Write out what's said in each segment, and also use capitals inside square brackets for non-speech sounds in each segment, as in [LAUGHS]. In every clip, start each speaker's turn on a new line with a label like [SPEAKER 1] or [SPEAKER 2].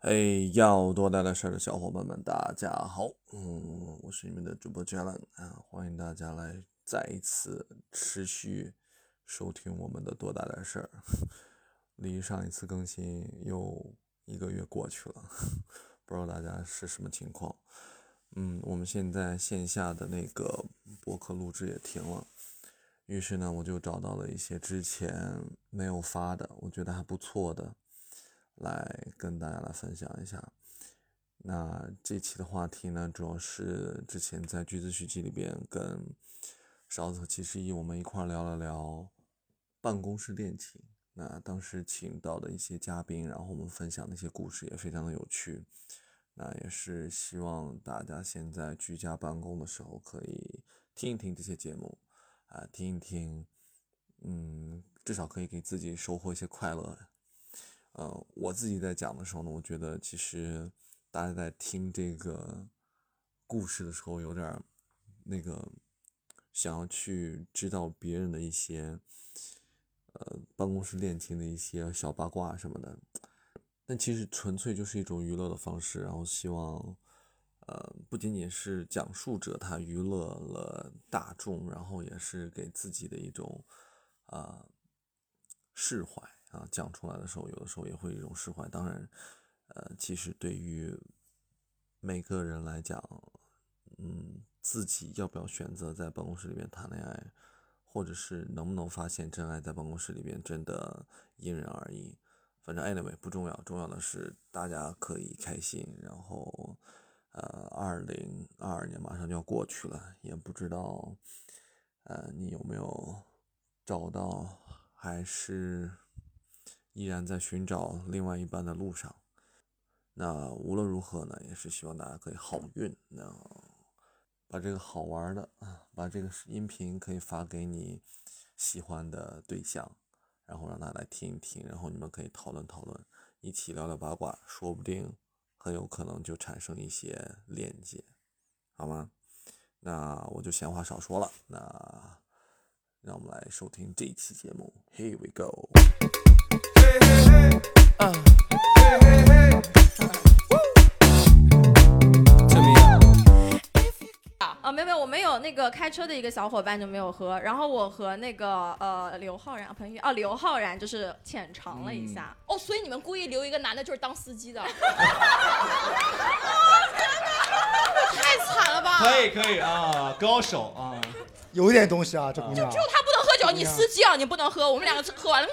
[SPEAKER 1] 哎，要多大的事儿的小伙伴们，大家好，嗯，我是你们的主播 Jalan 啊，欢迎大家来再一次持续收听我们的多大的事儿。 [LAUGHS] 离上一次更新又一个月过去了，不知道大家是什么情况。嗯，我们现在线下的那个播客录制也停了，于是呢，我就找到了一些之前没有发的，我觉得还不错的。来跟大家来分享一下。那这期的话题呢，主要是之前在橘子续集里边跟勺子和七十一我们一块儿聊了聊办公室恋情。那当时请到的一些嘉宾，然后我们分享的一些故事也非常的有趣。那也是希望大家现在居家办公的时候可以听一听这些节目，啊、听一听，嗯，至少可以给自己收获一些快乐。呃，我自己在讲的时候呢，我觉得其实大家在听这个故事的时候，有点儿那个想要去知道别人的一些呃办公室恋情的一些小八卦什么的，但其实纯粹就是一种娱乐的方式，然后希望。呃，不仅仅是讲述者他娱乐了大众，然后也是给自己的一种啊、释怀啊，讲出来的时候，有的时候也会有一种释怀。当然，呃，其实对于每个人来讲，嗯，自己要不要选择在办公室里面谈恋爱，或者是能不能发现真爱在办公室里面，真的因人而异。反正 anyway 不重要，重要的是大家可以开心。然后，呃，二零二二年马上就要过去了，也不知道，呃，你有没有找到，还是依然在寻找另外一半的路上？那无论如何呢，也是希望大家可以好运。那把这个好玩的啊，把这个音频可以发给你喜欢的对象，然后让他来听一听，然后你们可以讨论讨论，一起聊聊八卦，说不定很有可能就产生一些链接，好吗？那我就闲话少说了，那让我们来收听这一期节目。Here we go。
[SPEAKER 2] 啊，没有没有，我们有那个开车的一个小伙伴就没有喝，然后我和那个呃刘昊然彭于哦刘昊然就是浅尝了一下，
[SPEAKER 3] 哦，所以你们故意留一个男的，就是当司
[SPEAKER 2] [LAUGHS]
[SPEAKER 3] 机的。哦太惨了吧！
[SPEAKER 4] 可以可以啊，高手啊，
[SPEAKER 5] 有点东西啊，这姑娘
[SPEAKER 3] 只有他不能喝酒，你司机啊，你不能喝。我们两个喝完了，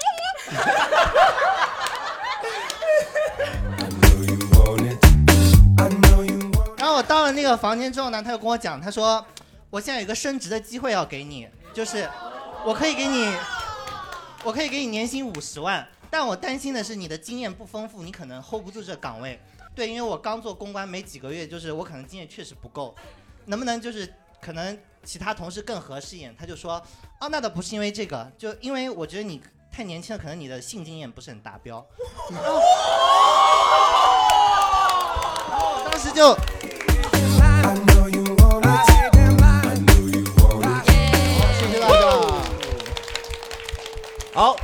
[SPEAKER 6] 然后我到了那个房间之后呢，他就跟我讲，他说我现在有一个升职的机会要给你，就是我可以给你，我可以给你年薪五十万，但我担心的是你的经验不丰富，你可能 hold 不住这岗位。对，因为我刚做公关没几个月，就是我可能经验确实不够，能不能就是可能其他同事更合适一点？他就说，哦，那倒不是因为这个，就因为我觉得你太年轻了，可能你的性经验不是很达标。 [LAUGHS] 然后我当时就。谢谢大家。
[SPEAKER 4] 好，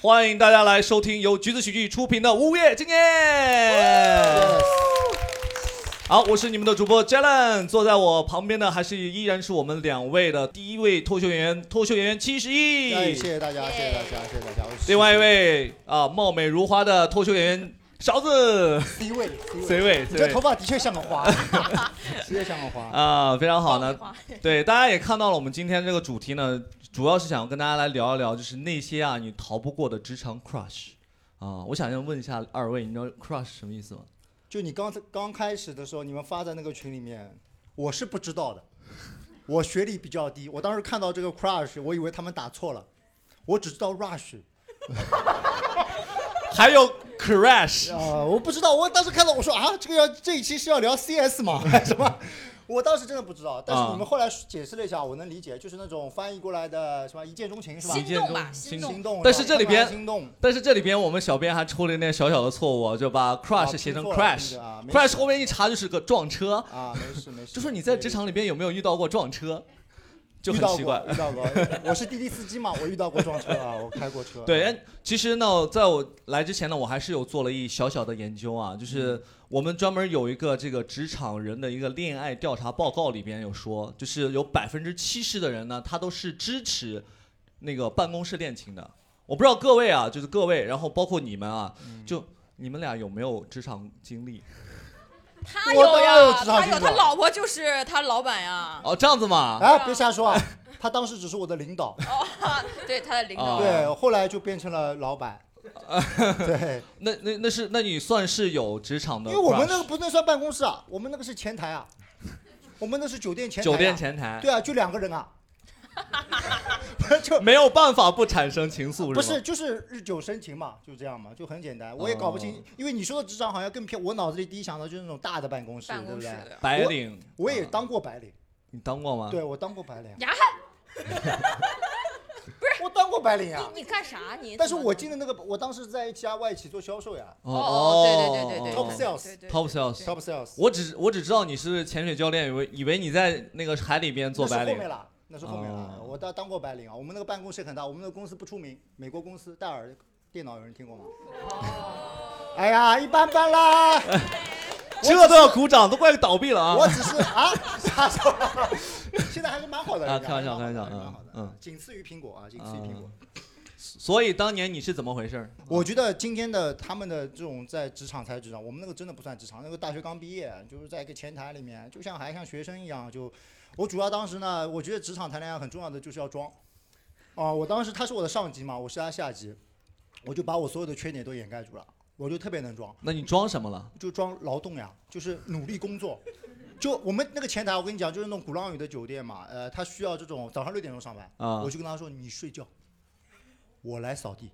[SPEAKER 4] 欢迎大家来收听由橘子喜剧出品的《午夜经验》。好，我是你们的主播 Jalen，坐在我旁边的还是依然是我们两位的第一位脱口秀演员，脱口秀演员七十一，
[SPEAKER 5] 哎，谢谢大家，谢谢大
[SPEAKER 3] [LAUGHS]
[SPEAKER 5] 家，谢谢大家。我是
[SPEAKER 4] 另外一位啊，貌美如花的脱口秀演员勺子，
[SPEAKER 5] C 位，C
[SPEAKER 4] 谁
[SPEAKER 5] 位，
[SPEAKER 4] 位
[SPEAKER 5] 你这
[SPEAKER 4] 谁
[SPEAKER 5] 头
[SPEAKER 4] 位
[SPEAKER 5] 发的确像
[SPEAKER 4] [LAUGHS]
[SPEAKER 5] 个花，的确像个花。
[SPEAKER 4] 啊，非常好呢。
[SPEAKER 3] 哇
[SPEAKER 4] 对，大家也看到了，我们今天这个主题呢，主要是想跟大家来聊一聊，就是那些啊你逃不过的职场 crush 啊。我想要问一下二位，你知道 crush 什么意思吗？
[SPEAKER 5] 就你刚才刚开始的时候，你们发在那个群里面，我是不知道的。我学历比较低，我当时看到这个 crush，我以为他们打错了，我只知道 rush，
[SPEAKER 4] 还有 crash，
[SPEAKER 5] 啊、我不知道，我当时看到我说啊，这个要这一期是要聊 CS 吗？ [LAUGHS] 还是什么？我当时真的不知道，但
[SPEAKER 4] 啊
[SPEAKER 5] 是你们后来解释了一下，我能理解，就是那种翻译过来的什么一见钟情是吧？
[SPEAKER 3] 心动吧，
[SPEAKER 4] 心
[SPEAKER 3] 心
[SPEAKER 4] 动
[SPEAKER 5] 心
[SPEAKER 3] 动。
[SPEAKER 5] 动，
[SPEAKER 4] 但是这里边
[SPEAKER 5] 怦然心动，
[SPEAKER 4] 但是这里边我们小编还出了一点小小的错误，啊就把 crush 写成
[SPEAKER 5] 哦啊拼错了拼
[SPEAKER 4] crash，crash、
[SPEAKER 5] 着啊没事
[SPEAKER 4] crash 后面一查就是个撞车，
[SPEAKER 5] 啊，没事没事，
[SPEAKER 4] 就说你在职场里边有没有遇到过撞车？就
[SPEAKER 5] 遇
[SPEAKER 4] 很
[SPEAKER 5] 到
[SPEAKER 4] 奇怪
[SPEAKER 5] 过，。遇到
[SPEAKER 4] [LAUGHS]
[SPEAKER 5] 过。我是滴滴司机嘛，我遇到过撞车啊，我开过车。
[SPEAKER 4] 对，哎其实呢，在我来之前呢，我还是有做了一小小的研究啊，
[SPEAKER 5] 嗯
[SPEAKER 4] 就是我们专门有一个这个职场人的一个恋爱调查报告，里边有说，就是有百分之七十的人呢，他都是支持那个办公室恋情的。我不知道各位啊，就是各位，然后包括你们啊，
[SPEAKER 5] 嗯
[SPEAKER 4] 就你们俩有没有职场经历？
[SPEAKER 7] 他
[SPEAKER 5] 我
[SPEAKER 7] 有
[SPEAKER 5] 当然有
[SPEAKER 7] 呀，
[SPEAKER 5] 职场
[SPEAKER 7] 他有，
[SPEAKER 5] 经
[SPEAKER 7] 他
[SPEAKER 5] 历
[SPEAKER 7] 老婆就是他老板
[SPEAKER 2] [LAUGHS]
[SPEAKER 7] 呀。
[SPEAKER 4] 哦，这样子嘛，
[SPEAKER 5] 哎，别瞎说啊，他当时只是我的领导，
[SPEAKER 7] 哦，对，他的领导。
[SPEAKER 4] 哦
[SPEAKER 5] 对，后来就变成了老板。
[SPEAKER 4] 啊 [LAUGHS]
[SPEAKER 5] 对，
[SPEAKER 4] 那那那是那你算是有职场的
[SPEAKER 5] 因
[SPEAKER 4] crush，
[SPEAKER 5] 为我们那个不能算办公室啊，我们那个是前台啊，我们那是酒店前台、啊。
[SPEAKER 4] 酒店。前台，
[SPEAKER 5] 对啊，就两个人啊。就
[SPEAKER 4] 没有办法不产生情愫，
[SPEAKER 5] 不
[SPEAKER 4] 是
[SPEAKER 5] 是，
[SPEAKER 4] 吗
[SPEAKER 5] 就是日久生情嘛，就这样嘛，就很简单。我也搞不清，
[SPEAKER 4] 哦
[SPEAKER 5] 因为你说的职场好像更偏，我脑子里第一想到就是那种大的办公室，
[SPEAKER 7] 办公室
[SPEAKER 5] 对不对？
[SPEAKER 4] 白领，
[SPEAKER 5] 我也
[SPEAKER 4] 啊
[SPEAKER 5] 当过白领，
[SPEAKER 4] 你当过吗？
[SPEAKER 5] 对我当过白领啊，
[SPEAKER 7] [LAUGHS] 呀，
[SPEAKER 5] [LAUGHS] 我当过白领啊。
[SPEAKER 7] 你干啥你？
[SPEAKER 5] 但是我进的那个，我当时在一家外企做销售呀
[SPEAKER 4] 哦
[SPEAKER 7] 哦，对对对对对
[SPEAKER 5] Top
[SPEAKER 7] 对
[SPEAKER 5] sales
[SPEAKER 7] 对对对
[SPEAKER 4] ，top sales。
[SPEAKER 5] ，top sales。
[SPEAKER 4] 我只我只知道你是潜水教练，以为以为你在那个海里边做白
[SPEAKER 5] 那是后
[SPEAKER 4] 领
[SPEAKER 5] 面。了，那是后面了。
[SPEAKER 4] 哦
[SPEAKER 5] 我当当过白领啊，我们那个办公室很大，我们那个公司不出名，美国公司戴尔电脑有人听过吗？哎呀，一般般啦。
[SPEAKER 4] 这都要鼓掌，都快倒闭了
[SPEAKER 5] 我
[SPEAKER 4] 啊！
[SPEAKER 5] 只是啊，瞎说， [LAUGHS] 现在还是蛮好的
[SPEAKER 4] 啊
[SPEAKER 5] 人家
[SPEAKER 4] 开玩笑
[SPEAKER 5] 还是蛮好
[SPEAKER 4] 开玩笑
[SPEAKER 5] 的还是蛮好的
[SPEAKER 4] 嗯嗯
[SPEAKER 5] 仅次于苹果啊，仅次于苹果。
[SPEAKER 4] 所以当年你是怎么回事儿？
[SPEAKER 5] 我觉得今天的他们的这种在职场才职场，我们那个真的不算职场，那个大学刚毕业，就是在一个前台里面，就像还像学生一样。就我主要当时呢，我觉得职场谈恋爱很重要的就是要装。啊、我当时他是我的上级嘛，我是他下级，我就把我所有的缺点都掩盖住了，我就特别能装。
[SPEAKER 4] 那你装什么了？
[SPEAKER 5] 就装劳动呀，就是努力工作。 [LAUGHS] 就我们那个前台，我跟你讲，就是那种鼓浪屿的酒店嘛，呃，他需要这种早上六点钟上班，
[SPEAKER 4] 啊
[SPEAKER 5] 我就跟他说你睡觉，我来扫地，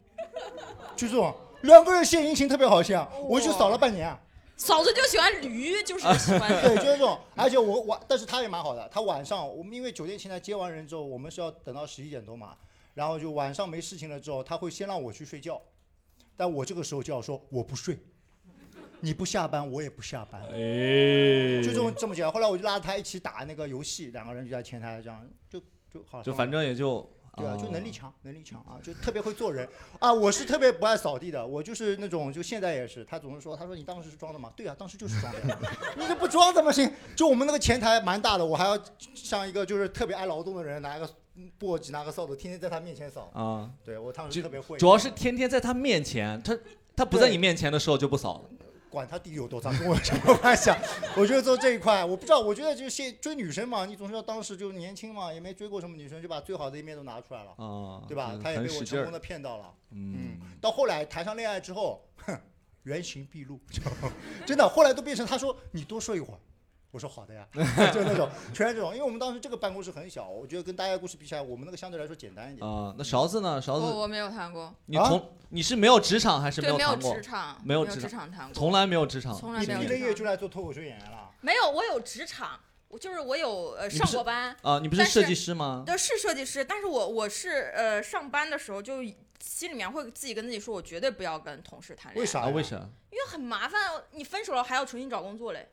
[SPEAKER 5] 就这种两个人献殷勤特别好献，我就扫了半年啊，
[SPEAKER 7] 嫂子就喜欢驴，就是
[SPEAKER 4] 啊
[SPEAKER 7] 喜欢
[SPEAKER 5] [LAUGHS] 对，
[SPEAKER 4] [LAUGHS]
[SPEAKER 5] 就是这种，而且我晚，但是他也蛮好的，他晚上我们因为酒店前台接完人之后，我们是要等到十一点多嘛，然后就晚上没事情了之后，他会先让我去睡觉，但我这个时候就要说我不睡，你不下班我也不下班。
[SPEAKER 4] 哎
[SPEAKER 5] 就这么这么简单。后来我就拉着他一起打那个游戏，两个人就在前台这样，就就好。
[SPEAKER 4] 就反正也就
[SPEAKER 5] 对啊，就
[SPEAKER 4] 哦
[SPEAKER 5] 能力强，能力强啊，就特别会做人啊。我是特别不爱扫地的，我就是那种，就现在也是。他总是说，他说你当时是装的吗？对啊，当时就是装的呀。 [LAUGHS] 你这不装怎么行？就我们那个前台蛮大的，我还要像一个就是特别爱劳动的人，拿个簸箕，拿个扫帚，天天在他面前扫。
[SPEAKER 4] 啊，
[SPEAKER 5] 对我当时
[SPEAKER 4] 就
[SPEAKER 5] 特别会，
[SPEAKER 4] 主要是天天在他面前，他他不在你面前的时候就不扫了。
[SPEAKER 5] 管他地有多脏，跟我有什么关系啊？ [LAUGHS] 我就做这一块，我不知道，我觉得就是现追女生嘛，你总是要当时就是年轻嘛，也没追过什么女生，就把最好的一面都拿出来了，
[SPEAKER 4] 啊，
[SPEAKER 5] 对吧
[SPEAKER 4] 嗯？
[SPEAKER 5] 他也
[SPEAKER 4] 很
[SPEAKER 5] 被我
[SPEAKER 4] 使劲
[SPEAKER 5] 成
[SPEAKER 4] 儿
[SPEAKER 5] 功的骗到了。
[SPEAKER 4] 嗯，
[SPEAKER 5] 到后来谈上恋爱之后，哼，原形毕露， [LAUGHS] 就真的，后来都变成他说你多睡一会儿。我说好
[SPEAKER 4] [LAUGHS]
[SPEAKER 5] 的呀，就那种，全是这种，因为我们当时这个办公室很小，我觉得跟大家的故事比起来，我们那个相对来说简单一点。
[SPEAKER 4] 啊，那勺子呢？勺
[SPEAKER 7] 我
[SPEAKER 4] 子，
[SPEAKER 7] 我没有谈过，
[SPEAKER 4] 你
[SPEAKER 5] 啊
[SPEAKER 4] 从你是没有职场还是
[SPEAKER 7] 对，
[SPEAKER 4] 有
[SPEAKER 7] 没有
[SPEAKER 4] 谈过
[SPEAKER 7] 职？场，
[SPEAKER 4] 没
[SPEAKER 7] 没
[SPEAKER 4] 有职
[SPEAKER 7] 职场谈过，
[SPEAKER 4] 从来没有职场，
[SPEAKER 7] 从来
[SPEAKER 5] 你
[SPEAKER 7] 没有
[SPEAKER 5] 毕了
[SPEAKER 7] 职
[SPEAKER 5] 业
[SPEAKER 7] 场
[SPEAKER 5] 就来做脱口秀演员了，
[SPEAKER 7] 没有，我有职场，我就是我有呃
[SPEAKER 4] 你不
[SPEAKER 7] 上
[SPEAKER 4] 是
[SPEAKER 7] 过班，
[SPEAKER 4] 啊，你不是
[SPEAKER 7] 但是
[SPEAKER 4] 设计师吗？
[SPEAKER 8] 对，是设计师，但是我我是呃上班的时候就心里面会自己跟自己说，我绝对不要跟同事谈
[SPEAKER 5] 为
[SPEAKER 8] 恋爱，
[SPEAKER 5] 啥
[SPEAKER 4] 啊，
[SPEAKER 5] 呀？
[SPEAKER 4] 为啥？
[SPEAKER 8] 因为很麻烦，哦你分手了还要重新找工作
[SPEAKER 4] [LAUGHS]
[SPEAKER 8] 嘞。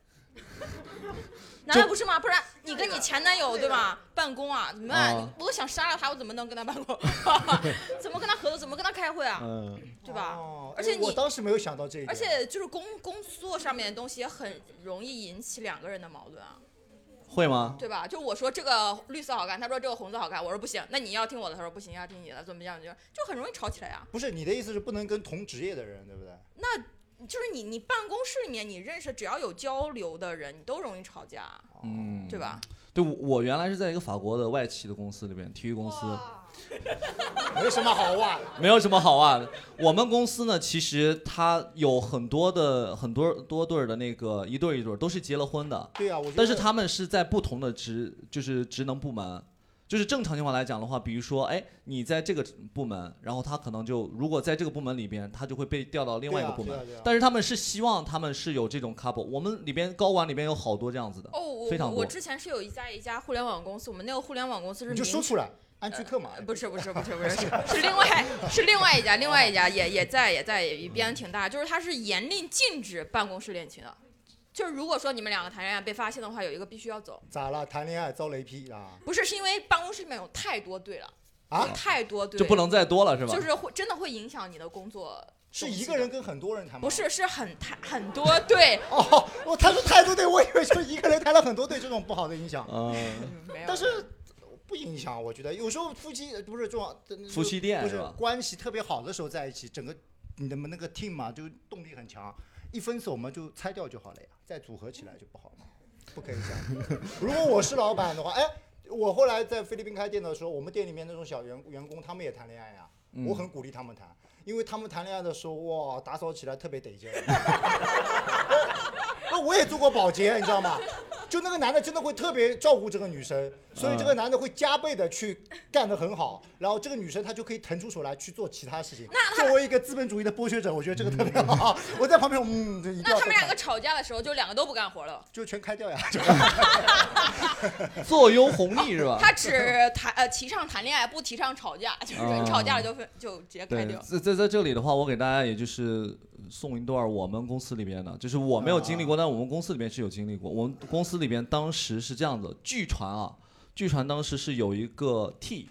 [SPEAKER 8] 难道不是吗？不然你跟你前男友对吧，办公啊，怎么办？
[SPEAKER 4] 啊
[SPEAKER 8] 我想杀了他，我怎么能跟他办公？ [LAUGHS] 怎么跟他合作？怎么跟他开会啊？
[SPEAKER 4] 嗯，
[SPEAKER 8] 对吧？
[SPEAKER 5] 哦
[SPEAKER 8] 而且
[SPEAKER 5] 哎我
[SPEAKER 8] 你
[SPEAKER 5] 当时没有想到这一点，
[SPEAKER 8] 而且就是工工作上面的东西也很容易引起两个人的矛盾啊，
[SPEAKER 4] 会吗？
[SPEAKER 8] 对吧？就我说这个绿色好看，他说这个红色好看，我说不行，那你要听我的，他说不行，要听你的，怎么样？就就很容易吵起来呀、
[SPEAKER 5] 不是你的意思是不能跟同职业的人，对不对？
[SPEAKER 8] 那就是你你办公室里面你认识只要有交流的人，你都容易吵架，
[SPEAKER 4] 嗯，
[SPEAKER 8] 对吧？
[SPEAKER 4] 对，我我原来是在一个法国的外企的公司里边，体育公司，
[SPEAKER 5] 没什么好哇，
[SPEAKER 4] 没有什么好啊。我们公司呢，其实它有很多的很多多对儿的那个一对儿一对儿都是结了婚的，
[SPEAKER 5] 对啊，我觉得
[SPEAKER 4] 但是他们是在不同的职就是职能部门。就是正常情况来讲的话，比如说，哎，你在这个部门，然后他可能就如果在这个部门里边，他就会被调到另外一个部门。
[SPEAKER 5] 对啊对啊对啊
[SPEAKER 4] 但是他们是希望他们是有这种 couple，我们里边高管里边有好多这样子的。
[SPEAKER 8] 哦，我
[SPEAKER 4] 非常
[SPEAKER 8] 我
[SPEAKER 4] 多
[SPEAKER 8] 我之前是有一家一家互联网公司，我们那个互联网公司是
[SPEAKER 5] 你就
[SPEAKER 8] 明
[SPEAKER 5] 说出来，安居客嘛，
[SPEAKER 8] 呃不是不是不是不是，
[SPEAKER 4] [LAUGHS]
[SPEAKER 8] 是是另外是另外一家，另
[SPEAKER 4] 嗯
[SPEAKER 8] 外一家也也在也在也编得挺大，就是它是严令禁止办公室恋情的，就是如果说你们两个谈恋爱被发现的话，有一个必须要走，
[SPEAKER 5] 咋了？谈恋爱遭雷劈啊？
[SPEAKER 8] 不是是因为办公室里面有太多对了，
[SPEAKER 5] 啊
[SPEAKER 8] 有太多对，
[SPEAKER 4] 就不能再多了是吧？哦
[SPEAKER 8] 就是会真的会影响你的工作。
[SPEAKER 5] 是一个人跟很多人谈吗？
[SPEAKER 8] 不是，是很太很多对，
[SPEAKER 5] 哦，我他说太多对，我以为就是一个人谈了很多对，这种不好的影响。
[SPEAKER 4] 嗯，
[SPEAKER 8] 没有
[SPEAKER 5] 但是不影响，我觉得有时候夫妻呃不是这种
[SPEAKER 4] 夫妻恋
[SPEAKER 5] 不
[SPEAKER 4] 是
[SPEAKER 5] 是
[SPEAKER 4] 吧
[SPEAKER 5] 关系特别好的时候在一起，整个你的那个 team 嘛，就动力很强。一分手嘛，就拆掉就好了呀，再组合起来就不好嘛，不可以这样。如果我是老板的话，哎，我后来在菲律宾开店的时候，我们店里面那种小员员工他们也谈恋爱呀、我很鼓励他们谈，因为他们谈恋爱的时候，哇，打扫起来特别得劲。那我也做过保洁，你知道吗？就那个男的真的会特别照顾这个女生，所以这个男的会加倍的去干得很好，然后这个女生她就可以腾出手来去做其他事情。作为一个资本主义的剥削者，我觉得这个特别好。我在旁边，嗯，这一定
[SPEAKER 8] 那
[SPEAKER 5] 要
[SPEAKER 8] 他
[SPEAKER 5] 这
[SPEAKER 8] 们两
[SPEAKER 5] 么干
[SPEAKER 8] 个吵架的时候，就两个都不干活了。
[SPEAKER 5] 就全开掉呀。
[SPEAKER 4] 坐拥红利是
[SPEAKER 8] [LAUGHS]
[SPEAKER 4] 吧？
[SPEAKER 8] 他只谈呃提倡谈恋爱，不提倡吵架，就是
[SPEAKER 4] 啊
[SPEAKER 8] 你吵架了就分就直接开
[SPEAKER 4] 对
[SPEAKER 8] 掉，。
[SPEAKER 4] 在在在这里的话，我给大家也就是送一段我们公司里边的，就是我
[SPEAKER 8] 啊
[SPEAKER 4] 没有经历过，但我们公司里边是有经历过。我们公司里边当时是这样子，据传啊，据传当时是有一个 T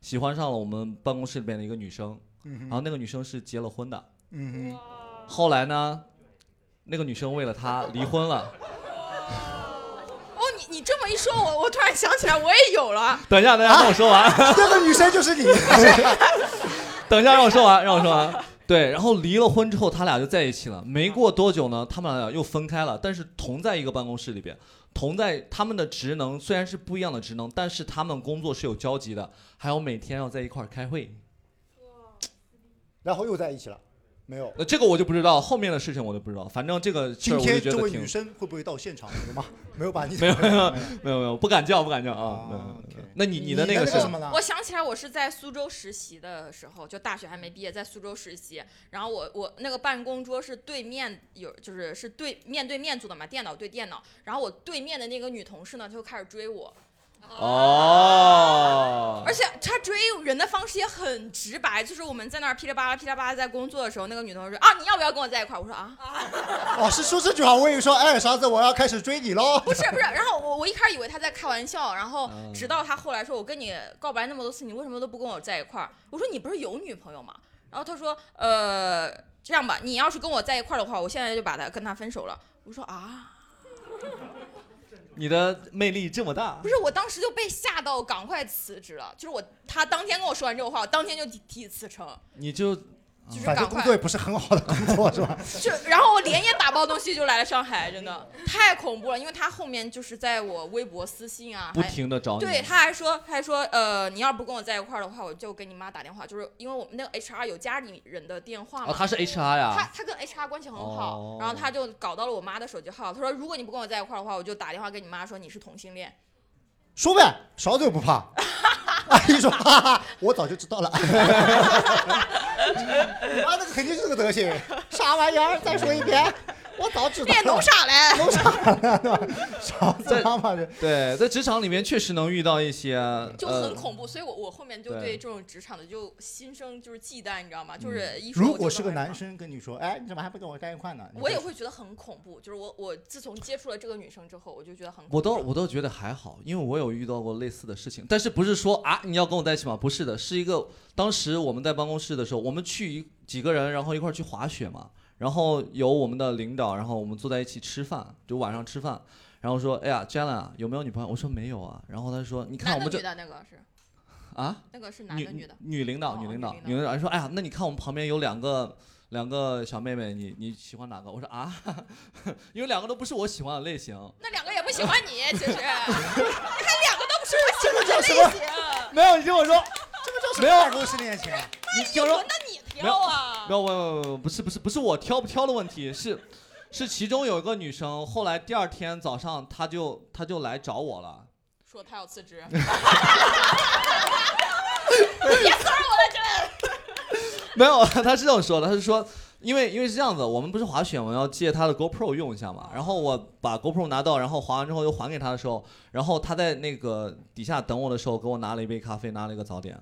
[SPEAKER 4] 喜欢上了我们办公室里边的一个女生，
[SPEAKER 8] 嗯
[SPEAKER 4] 然后那个女生是结了婚的，
[SPEAKER 5] 嗯哼，
[SPEAKER 4] 后来呢，那个女生为了他离
[SPEAKER 8] [LAUGHS]
[SPEAKER 4] 婚了。
[SPEAKER 8] 哦，你你这么一说，我我突然想起来，我也有了。
[SPEAKER 4] 等一下，等一下，让我说完。
[SPEAKER 5] 这个女生就是你。
[SPEAKER 4] 等一下，让我
[SPEAKER 8] [LAUGHS]
[SPEAKER 4] 说完，让我说完。对，然后离了婚之后，他俩就在一起了。没
[SPEAKER 8] 嗯
[SPEAKER 4] 过多久呢，他们俩又分开了，但是同在一个办公室里边，同在他们的职能虽然是不一样的职能，但是他们工作是有交集的，还有每天要在一块儿开会。
[SPEAKER 8] 嗯
[SPEAKER 5] 然后又在一起了，没有。
[SPEAKER 4] 呃那这个我就不知道，后面的事情我就不知道。反正这个事
[SPEAKER 5] 今
[SPEAKER 4] 儿我
[SPEAKER 5] 天
[SPEAKER 4] 就觉
[SPEAKER 5] 这
[SPEAKER 4] 得
[SPEAKER 5] 位
[SPEAKER 4] 挺
[SPEAKER 5] 女生会不会到现场？有吗？没
[SPEAKER 4] [LAUGHS]
[SPEAKER 5] 有吧？你
[SPEAKER 4] 没有没有没有没有，不敢叫，不敢叫啊。没有没有
[SPEAKER 5] 啊
[SPEAKER 4] 没有
[SPEAKER 5] OK
[SPEAKER 4] 那你
[SPEAKER 5] 你
[SPEAKER 4] 的那
[SPEAKER 5] 的
[SPEAKER 4] 个
[SPEAKER 5] 那
[SPEAKER 4] 是
[SPEAKER 5] 个什么呢
[SPEAKER 8] 我想起来，我是在苏州实习的时候，就大学还没毕业，在苏州实习。然后我我那个办公桌是对面有，就是是对面对面坐的嘛，电脑对电脑。然后我对面的那个女同事呢，她就开始追我，
[SPEAKER 4] 哦
[SPEAKER 8] 而且她追人的方式也很直白，就是我们在那儿噼里啪啦噼里啪啦在工作的时候，那个女同事说啊，你要不要跟我在一块儿？我说啊，
[SPEAKER 5] 哦，是说这句话，我以为说，哎，傻子，我要开始追你喽。
[SPEAKER 8] 不是不是，然后我我一开始以为他在开玩笑，然后直到他后来说，我跟你告白那么多次，你为什么都不跟我在一块儿？我说你不是有女朋友吗？然后他说，呃，这样吧，你要是跟我在一块儿的话，我现在就把他跟他分手了。我说啊，
[SPEAKER 4] 你的魅力这么大
[SPEAKER 8] 不，是，我当时就被吓到，赶快辞职了。就是我他当天跟我说完这个话，我当天就提提辞呈，
[SPEAKER 4] 你就
[SPEAKER 8] 就是
[SPEAKER 5] 反
[SPEAKER 8] 赶
[SPEAKER 5] 正工作
[SPEAKER 8] 快
[SPEAKER 5] 也不是很好的工作，是吧？ [LAUGHS]
[SPEAKER 8] 就，然后我连夜打包东西就来了上海，真的太恐怖了，因为他后面就是在我微博私信啊，
[SPEAKER 4] 不
[SPEAKER 8] 还
[SPEAKER 4] 停的找你。
[SPEAKER 8] 对，他还说，他还说，呃，你要不跟我在一块儿的话，我就给你妈打电话，就是因为我们那个 HR 有家里人的电话
[SPEAKER 4] 哦，
[SPEAKER 8] 嘛。
[SPEAKER 4] 他是 HR 呀。
[SPEAKER 8] 他他跟 HR 关系很好，
[SPEAKER 4] 哦
[SPEAKER 8] 然后他就搞到了我妈的手机号。他说，如果你不跟我在一块儿的话，我就打电话跟你妈说你是同性恋。
[SPEAKER 5] 说呗，勺子又不怕。 [LAUGHS] 阿姨说：“哈哈，我早就知道了。” [LAUGHS] 妈，那个肯定是这个德行，啥玩意儿？再说一遍，我早知道
[SPEAKER 8] 练
[SPEAKER 5] 了
[SPEAKER 8] 弄。啥
[SPEAKER 4] [LAUGHS]
[SPEAKER 8] 嘞？
[SPEAKER 5] 弄啥
[SPEAKER 8] [LAUGHS]
[SPEAKER 5] 了？勺子妈妈的，
[SPEAKER 4] 对，在职场里面确实能遇到一些，呃
[SPEAKER 8] 就很恐怖，所以我我后面就
[SPEAKER 4] 对嗯
[SPEAKER 8] 对这种职场的就心生就是忌惮，你知道吗？就是一说
[SPEAKER 5] 如
[SPEAKER 8] 我
[SPEAKER 5] 果
[SPEAKER 8] 就是
[SPEAKER 5] 个
[SPEAKER 8] 害怕
[SPEAKER 5] 男，生跟你说：“哎，你怎么还不跟我在一块呢？”你
[SPEAKER 8] 我也
[SPEAKER 5] 说
[SPEAKER 8] 会觉得很恐怖。就是我我自从接触了这个女生之后，我就觉得很恐怖
[SPEAKER 4] 我倒我倒觉得还好，因为我有遇到过类似的事情，但是不是说啊你要跟我在一起吗？不是的，是一个当时我们在办公室的时候，我们去一几个人，然后一块儿去滑雪嘛，然后有我们的领导，然后我们坐在一起吃饭，就晚上吃饭，然后说哎呀 Jalen 啊有没有女朋友？我说没有啊，然后他说你看
[SPEAKER 8] 男
[SPEAKER 4] 我
[SPEAKER 8] 的
[SPEAKER 4] 们
[SPEAKER 8] 女
[SPEAKER 4] 这
[SPEAKER 8] 的那个是
[SPEAKER 4] 啊。
[SPEAKER 8] 那个是男的女的，
[SPEAKER 4] 女领导，
[SPEAKER 8] 哦
[SPEAKER 4] 女领导
[SPEAKER 8] 女领，导
[SPEAKER 4] 女领导说：“哎呀，那你看我们旁边有两个两个小妹妹，你你喜欢哪个？”我说：“啊， [LAUGHS] 因为两个都不是我喜欢的类型。
[SPEAKER 8] 那两个也不喜欢你，其实你看两个都不是
[SPEAKER 5] 这个叫什
[SPEAKER 8] 类
[SPEAKER 5] 么？
[SPEAKER 8] 型，
[SPEAKER 4] 没有，你听我说，
[SPEAKER 5] 这个叫什
[SPEAKER 4] 没
[SPEAKER 5] 么
[SPEAKER 4] 有
[SPEAKER 5] 办公室恋情？啊
[SPEAKER 4] 你听我说，
[SPEAKER 8] 那你挑啊
[SPEAKER 4] 没。有，没有，没有，不是，不是，不是我挑不挑的问题，是是其中有一个女生，后来第二天早上她就她就来找我了。
[SPEAKER 8] 说他要辞职，别骚扰我了，真
[SPEAKER 5] [LAUGHS]
[SPEAKER 4] 没有，他是这么说的，他是说，因为因为是这样子，我们不是滑雪，我们要借他的 GoPro 用一下嘛。然后我把 GoPro 拿到，然后滑完之后又还给他的时候，然后他在那个底下等我的时候，给我拿了一杯咖啡，拿了一个早点，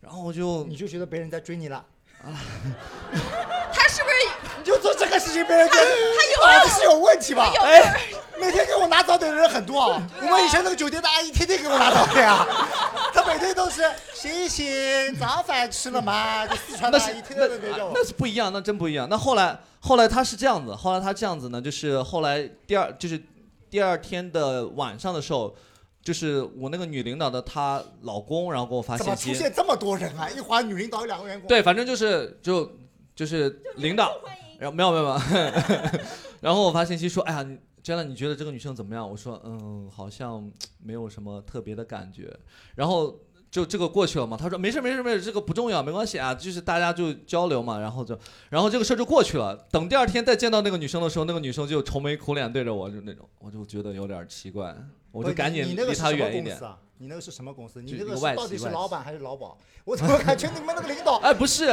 [SPEAKER 4] 然后我就
[SPEAKER 5] 你就觉得别人在追你了？
[SPEAKER 8] 他是不是
[SPEAKER 5] 你就做这个事情，别人觉得他脑子是有问题吧？
[SPEAKER 4] 哎，
[SPEAKER 5] 每天给我拿早点的人很多啊！我们以前那个酒店的阿姨天天给我拿早点啊，她每天都是醒醒，早饭吃了
[SPEAKER 4] [LAUGHS]
[SPEAKER 5] 吗？就四川的
[SPEAKER 4] 那
[SPEAKER 5] 阿
[SPEAKER 4] 是
[SPEAKER 5] 姨天
[SPEAKER 4] 那
[SPEAKER 5] 天都给我
[SPEAKER 4] 那。是不一样，那真不一样。那后来后来他是这样子，后来他这样子呢，就是后来第二就是第二天的晚上的时候，就是我那个女领导的她老公，然后给我发
[SPEAKER 5] 怎么
[SPEAKER 4] 信
[SPEAKER 5] 出
[SPEAKER 4] 息，
[SPEAKER 5] 现这么多人啊？一会儿女领导有两个员工，
[SPEAKER 4] 对，反正就是就就是领导，然后没有没有没有， [LAUGHS] 然后我发信息说，哎呀。你 j a 你觉得这个女生怎么样？我说，嗯，好像没有什么特别的感觉。然后就这个过去了嘛。他说没事没事没事，这个不重要，没关系啊，就是大家就交流嘛，然后就然后这个事儿就过去了。等第二天再见到那个女生的时候，那个女生就愁眉苦脸对着我，就那种，我就觉得有点奇怪，我
[SPEAKER 5] 不
[SPEAKER 4] 就是赶紧
[SPEAKER 5] 哦你你那
[SPEAKER 4] 离
[SPEAKER 5] 个是
[SPEAKER 4] 她
[SPEAKER 5] 什么
[SPEAKER 4] 远一
[SPEAKER 5] 公
[SPEAKER 4] 点
[SPEAKER 5] 司。啊？你那个是什么公司？你
[SPEAKER 4] 就
[SPEAKER 5] 那
[SPEAKER 4] 一个
[SPEAKER 5] 是
[SPEAKER 4] 外企
[SPEAKER 5] 到底是
[SPEAKER 4] 外企
[SPEAKER 5] 老板还是劳保？我怎么感觉你们那个领导
[SPEAKER 4] 哎，不是，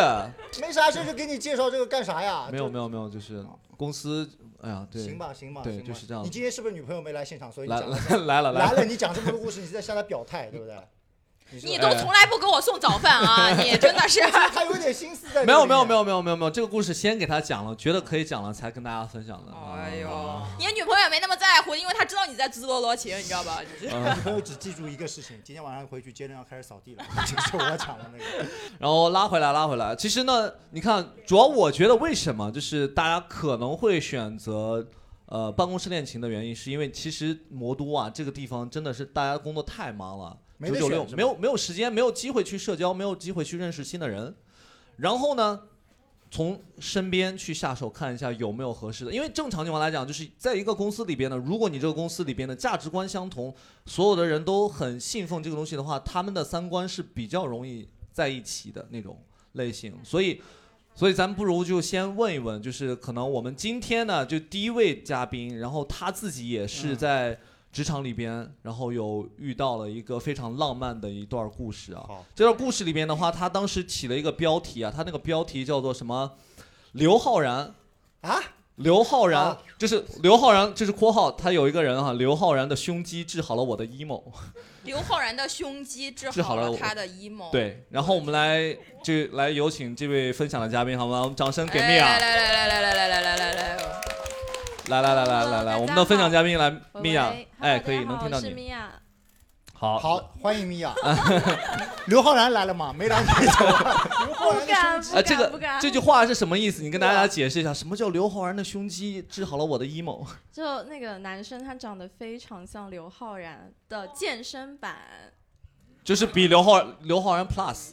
[SPEAKER 5] 没啥事就给你介绍这个干啥呀？
[SPEAKER 4] 没有没有没有，就是
[SPEAKER 5] 哦
[SPEAKER 4] 公司，哎呀，对，
[SPEAKER 5] 行吧，行吧，
[SPEAKER 4] 对
[SPEAKER 5] 行吧
[SPEAKER 4] 就是这样
[SPEAKER 5] 你今天是不是女朋友没来现场，所以你
[SPEAKER 4] 来
[SPEAKER 5] 讲了
[SPEAKER 4] 来来了
[SPEAKER 5] 来
[SPEAKER 4] 来
[SPEAKER 5] 了，你讲这么多故事，你是在向她表态，
[SPEAKER 4] [LAUGHS]
[SPEAKER 5] 对不对？你
[SPEAKER 3] 你
[SPEAKER 5] 是
[SPEAKER 3] 都从来不给我送早饭啊！你真的是，
[SPEAKER 5] 她有点心思在。
[SPEAKER 4] 没有没有
[SPEAKER 5] [LAUGHS]
[SPEAKER 4] 没。有没有没有没有，这个故事先给他讲了，觉得可以讲了才跟大家分享的。
[SPEAKER 3] 哎
[SPEAKER 4] 啊
[SPEAKER 3] 呦，你女朋友也没那么在乎，因为她知道你在自作多情，你知道吧？
[SPEAKER 5] 我女朋友只记住一个事情，今天晚上回去接着要开始扫地了， [LAUGHS] 就是我讲的那个。
[SPEAKER 4] 然后拉回来，拉回来。其实呢，你看，主要我觉得为什么就是大家可能会选择呃办公室恋情的原因，是因为其实魔都啊这个地方真的是大家工作太忙了，
[SPEAKER 5] 没
[SPEAKER 4] 九
[SPEAKER 5] 得
[SPEAKER 4] 九六
[SPEAKER 5] 选是吧
[SPEAKER 4] 没有没有时间，没有机会去社交，没有机会去认识新的人。然后呢，从身边去下手看一下有没有合适的，因为正常情况来讲，就是在一个公司里边呢，如果你这个公司里边的价值观相同，所有的人都很信奉这个东西的话，他们的三观是比较容易在一起的那种类型，所以。所以咱们不如就先问一问，就是可能我们今天呢，就第一位嘉宾，然后他自己也是在
[SPEAKER 5] 嗯
[SPEAKER 4] 职场里边，然后有遇到了一个非常浪漫的一段故事啊。
[SPEAKER 5] 好，
[SPEAKER 4] 这段故事里面的话，他当时起了一个标题啊，他那个标题叫做什么？刘昊然
[SPEAKER 5] 啊？
[SPEAKER 4] 刘昊然、
[SPEAKER 5] 啊
[SPEAKER 4] 就是刘昊然，这是括号，他有一个人哈、啊刘昊然的胸肌治好了我的 emo。
[SPEAKER 3] 刘昊然的胸肌治
[SPEAKER 4] 治好
[SPEAKER 3] 好
[SPEAKER 4] 了
[SPEAKER 3] 了
[SPEAKER 4] 我
[SPEAKER 3] 他的 emo。，
[SPEAKER 4] 对，然后我们来这来有请这位分享的嘉宾好吗？我们掌声给蜜
[SPEAKER 3] 来
[SPEAKER 8] 哎
[SPEAKER 3] 来
[SPEAKER 4] 娅，
[SPEAKER 3] 来来来来来来来来来。
[SPEAKER 4] 来来来来来来，我们的分享嘉宾来
[SPEAKER 2] 喂
[SPEAKER 4] 蜜娅
[SPEAKER 2] 喂，
[SPEAKER 4] 哎，
[SPEAKER 2] Hello，
[SPEAKER 4] 可以
[SPEAKER 2] 大家
[SPEAKER 4] 能
[SPEAKER 2] 好
[SPEAKER 4] 听到
[SPEAKER 2] 我是
[SPEAKER 4] 你，
[SPEAKER 2] 米娅，
[SPEAKER 4] 好
[SPEAKER 5] 好，欢迎米
[SPEAKER 4] [LAUGHS]
[SPEAKER 5] 娅。刘昊然来了吗？没来你走吧。刘昊
[SPEAKER 2] 不
[SPEAKER 5] 然的
[SPEAKER 2] 敢
[SPEAKER 5] 胸
[SPEAKER 2] 不
[SPEAKER 4] 啊，
[SPEAKER 2] 敢
[SPEAKER 4] 这
[SPEAKER 2] 不
[SPEAKER 4] 个
[SPEAKER 2] 敢
[SPEAKER 4] 这句话是什么意思？你跟大家解释一下，什么叫刘昊然的胸肌治好了我的 emo？ [LAUGHS]
[SPEAKER 2] 就那个男生他长得非常像刘昊然的健身版。
[SPEAKER 4] 就是比刘昊刘昊然 plus，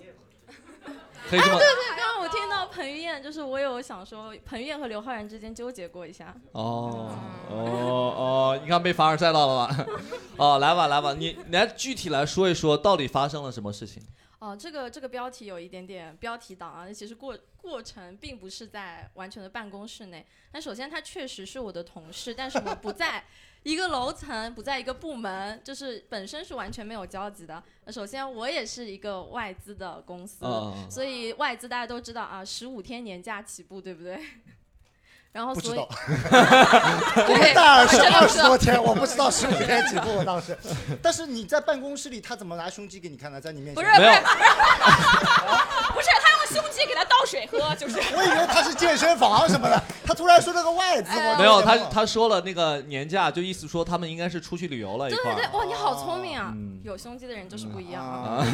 [SPEAKER 4] 可以这么
[SPEAKER 2] 刚刚我听到彭于晏，就是我有想说彭于晏和刘昊然之间纠结过一下。
[SPEAKER 4] 哦哦哦，你看被凡尔赛到了吧？ [LAUGHS] 哦，来吧来吧，你你来具体来说一说，到底发生了什么事情？
[SPEAKER 2] 哦，这个这个标题有一点点标题党啊，其实过过程并不是在完全的办公室内。那首先他确实是我的同事，但是我不在一个楼层，不在一个部门，就是本身是完全没有交集的。那首先我也是一个外资的公司，
[SPEAKER 4] 嗯，
[SPEAKER 2] 所以外资大家都知道啊，十五天年假起步，对不 [LAUGHS] 对？然后
[SPEAKER 5] 不知
[SPEAKER 2] 所以 [LAUGHS]
[SPEAKER 5] 道，
[SPEAKER 3] 对，
[SPEAKER 5] 大二
[SPEAKER 3] 我
[SPEAKER 5] 是
[SPEAKER 3] 真
[SPEAKER 5] 二
[SPEAKER 3] 的
[SPEAKER 5] 十多天，我不知道十五天几步，我当时。但是你在办公室里，他怎么拿胸肌给你看呢？在你面前
[SPEAKER 3] 不是
[SPEAKER 4] 没有，
[SPEAKER 3] [LAUGHS] 不是他用胸肌给他倒水喝，
[SPEAKER 8] [LAUGHS]
[SPEAKER 3] 就是
[SPEAKER 5] 我以为他是健身房什么的，他突然说那个外资，我
[SPEAKER 4] 没有，他
[SPEAKER 5] 当时懵了
[SPEAKER 4] 他说了那个年假，就意思说他们应该是出去旅游了一
[SPEAKER 2] 对
[SPEAKER 4] 块
[SPEAKER 2] 对对
[SPEAKER 4] 儿，。
[SPEAKER 2] 哇，你好聪明啊！
[SPEAKER 4] 嗯
[SPEAKER 2] 有胸肌的人就是不一样啊。
[SPEAKER 5] 啊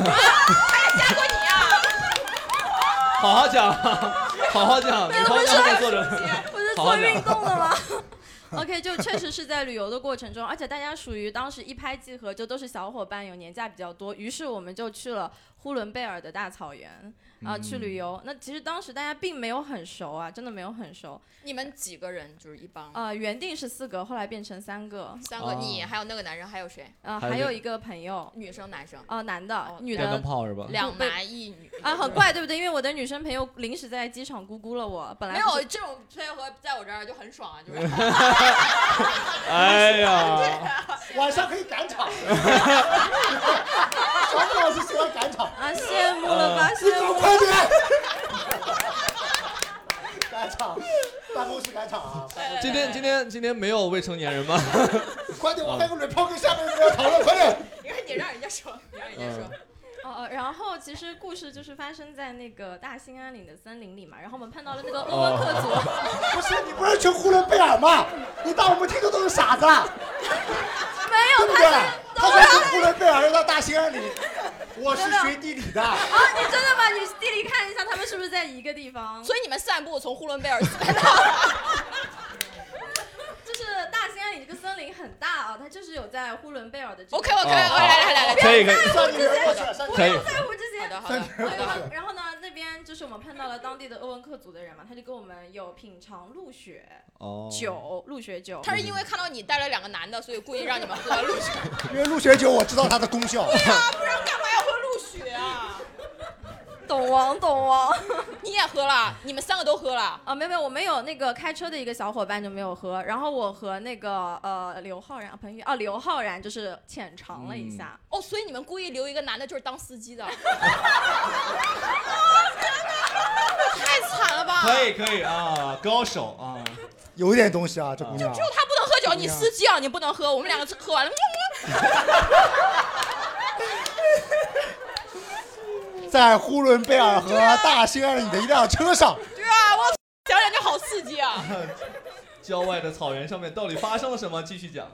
[SPEAKER 4] 好好
[SPEAKER 2] [LAUGHS]
[SPEAKER 4] 讲，好好讲，你好好讲，坐着。
[SPEAKER 2] 不是
[SPEAKER 4] 嗯啊好好
[SPEAKER 2] 做
[SPEAKER 4] 讲
[SPEAKER 2] 运动
[SPEAKER 4] [LAUGHS]
[SPEAKER 2] 的吗？OK，就确实是在旅游的过程中，而且大家属于当时一拍即合，就都是小伙伴，有年假比较多，于是我们就去了呼伦贝尔的大草原啊、去
[SPEAKER 4] 嗯
[SPEAKER 2] 旅游。那其实当时大家并没有很熟啊，真的没有很熟。
[SPEAKER 3] 你们几个人就是一帮
[SPEAKER 2] 呃，原定是四个，后来变成三个，
[SPEAKER 3] 三个，
[SPEAKER 4] 哦
[SPEAKER 3] 你还有那个男人，还有谁？
[SPEAKER 2] 呃，
[SPEAKER 4] 还有
[SPEAKER 2] 还
[SPEAKER 4] 一个
[SPEAKER 2] 有一个朋友，
[SPEAKER 3] 女生男生，
[SPEAKER 2] 哦、男的
[SPEAKER 3] 哦，
[SPEAKER 2] 女
[SPEAKER 4] 电灯
[SPEAKER 2] 的。
[SPEAKER 4] 泡是吧？
[SPEAKER 3] 两男一女
[SPEAKER 8] [LAUGHS]
[SPEAKER 2] 啊，很。怪，对不对？因为我的女生朋友临时在机场咕咕了我，本来
[SPEAKER 3] 没
[SPEAKER 2] 不是
[SPEAKER 3] 有这种配合，在我这儿就很爽啊，
[SPEAKER 4] [LAUGHS]
[SPEAKER 3] 就是。
[SPEAKER 4] 哎呀，
[SPEAKER 5] 晚上可以赶 [LAUGHS] 场。传统老师喜欢赶场，
[SPEAKER 2] 啊，羡慕了吧，
[SPEAKER 5] 你
[SPEAKER 2] 羡
[SPEAKER 5] 走
[SPEAKER 2] 慕了。
[SPEAKER 5] 快点！赶场，办公室赶场啊！
[SPEAKER 4] 今天今天今天没有未成年
[SPEAKER 2] [LAUGHS]
[SPEAKER 4] 人吗？
[SPEAKER 5] 快点，我还有 report 给下面的人讨论，快点！
[SPEAKER 8] [LAUGHS]
[SPEAKER 4] 嗯
[SPEAKER 3] 你看你让人家说，你让人家说，
[SPEAKER 2] 哦呃，然后其实故事就是发生在那个大兴安岭的森林里嘛，然后我们碰到了那个鄂温克族，
[SPEAKER 5] 不是你不是去呼伦贝尔吗？你当我们听众都是傻子啊？
[SPEAKER 2] 没
[SPEAKER 5] 对
[SPEAKER 2] 有
[SPEAKER 5] 不对？他说去呼伦贝尔又到大兴安岭，我是学地理的。
[SPEAKER 2] 啊，你真的吗？你地理看一下，他们是不是在一个地方？
[SPEAKER 8] 所以你们散步从呼伦贝尔 [LAUGHS]
[SPEAKER 3] [LAUGHS]
[SPEAKER 8] 散到
[SPEAKER 2] 就是大兴安岭这个森林很大啊，它就是有在呼伦贝尔的这个
[SPEAKER 8] OK OK，来
[SPEAKER 4] 哦
[SPEAKER 8] 来来
[SPEAKER 3] 哦
[SPEAKER 8] 来来，
[SPEAKER 4] 可以可以
[SPEAKER 5] 算你人过去了，算你
[SPEAKER 4] 可以
[SPEAKER 2] 不，在乎这些
[SPEAKER 8] 好的好的好
[SPEAKER 2] 然
[SPEAKER 8] 的，
[SPEAKER 2] 后然后呢，那边就是我们碰到了当地的鄂温克族的人嘛，他就给我们有品尝鹿血
[SPEAKER 4] 哦，
[SPEAKER 2] 酒，鹿血酒。
[SPEAKER 8] 他是因为看到你带了两个男的，所以故意让你们喝露
[SPEAKER 3] [LAUGHS]
[SPEAKER 8] 血，
[SPEAKER 5] 因为入学酒我知道它的功效。
[SPEAKER 3] 啊
[SPEAKER 8] 不然干嘛要喝露血啊？
[SPEAKER 2] 懂王，懂王。
[SPEAKER 8] 你也喝了，你们三个都喝了，
[SPEAKER 2] [LAUGHS] 啊，没有没有，我们有那个开车的一个小伙伴就没有喝，然后我和那个呃刘昊然彭于哦刘昊然就是浅尝了一下，
[SPEAKER 8] 哦，所以你们故意留一个男的就是当司机的，太惨了吧？
[SPEAKER 4] 可以可以啊，高手啊，
[SPEAKER 5] 有点东西啊，这姑娘
[SPEAKER 8] 就他不能喝酒，你司机啊，你不能喝。我们两个喝完了，
[SPEAKER 5] 在呼伦贝尔和大兴安岭的一辆车上，
[SPEAKER 8] 对啊，我想想就好刺激啊！，
[SPEAKER 4] 郊外的草原上面到底发生了什么？继
[SPEAKER 2] [LAUGHS]
[SPEAKER 4] 续讲。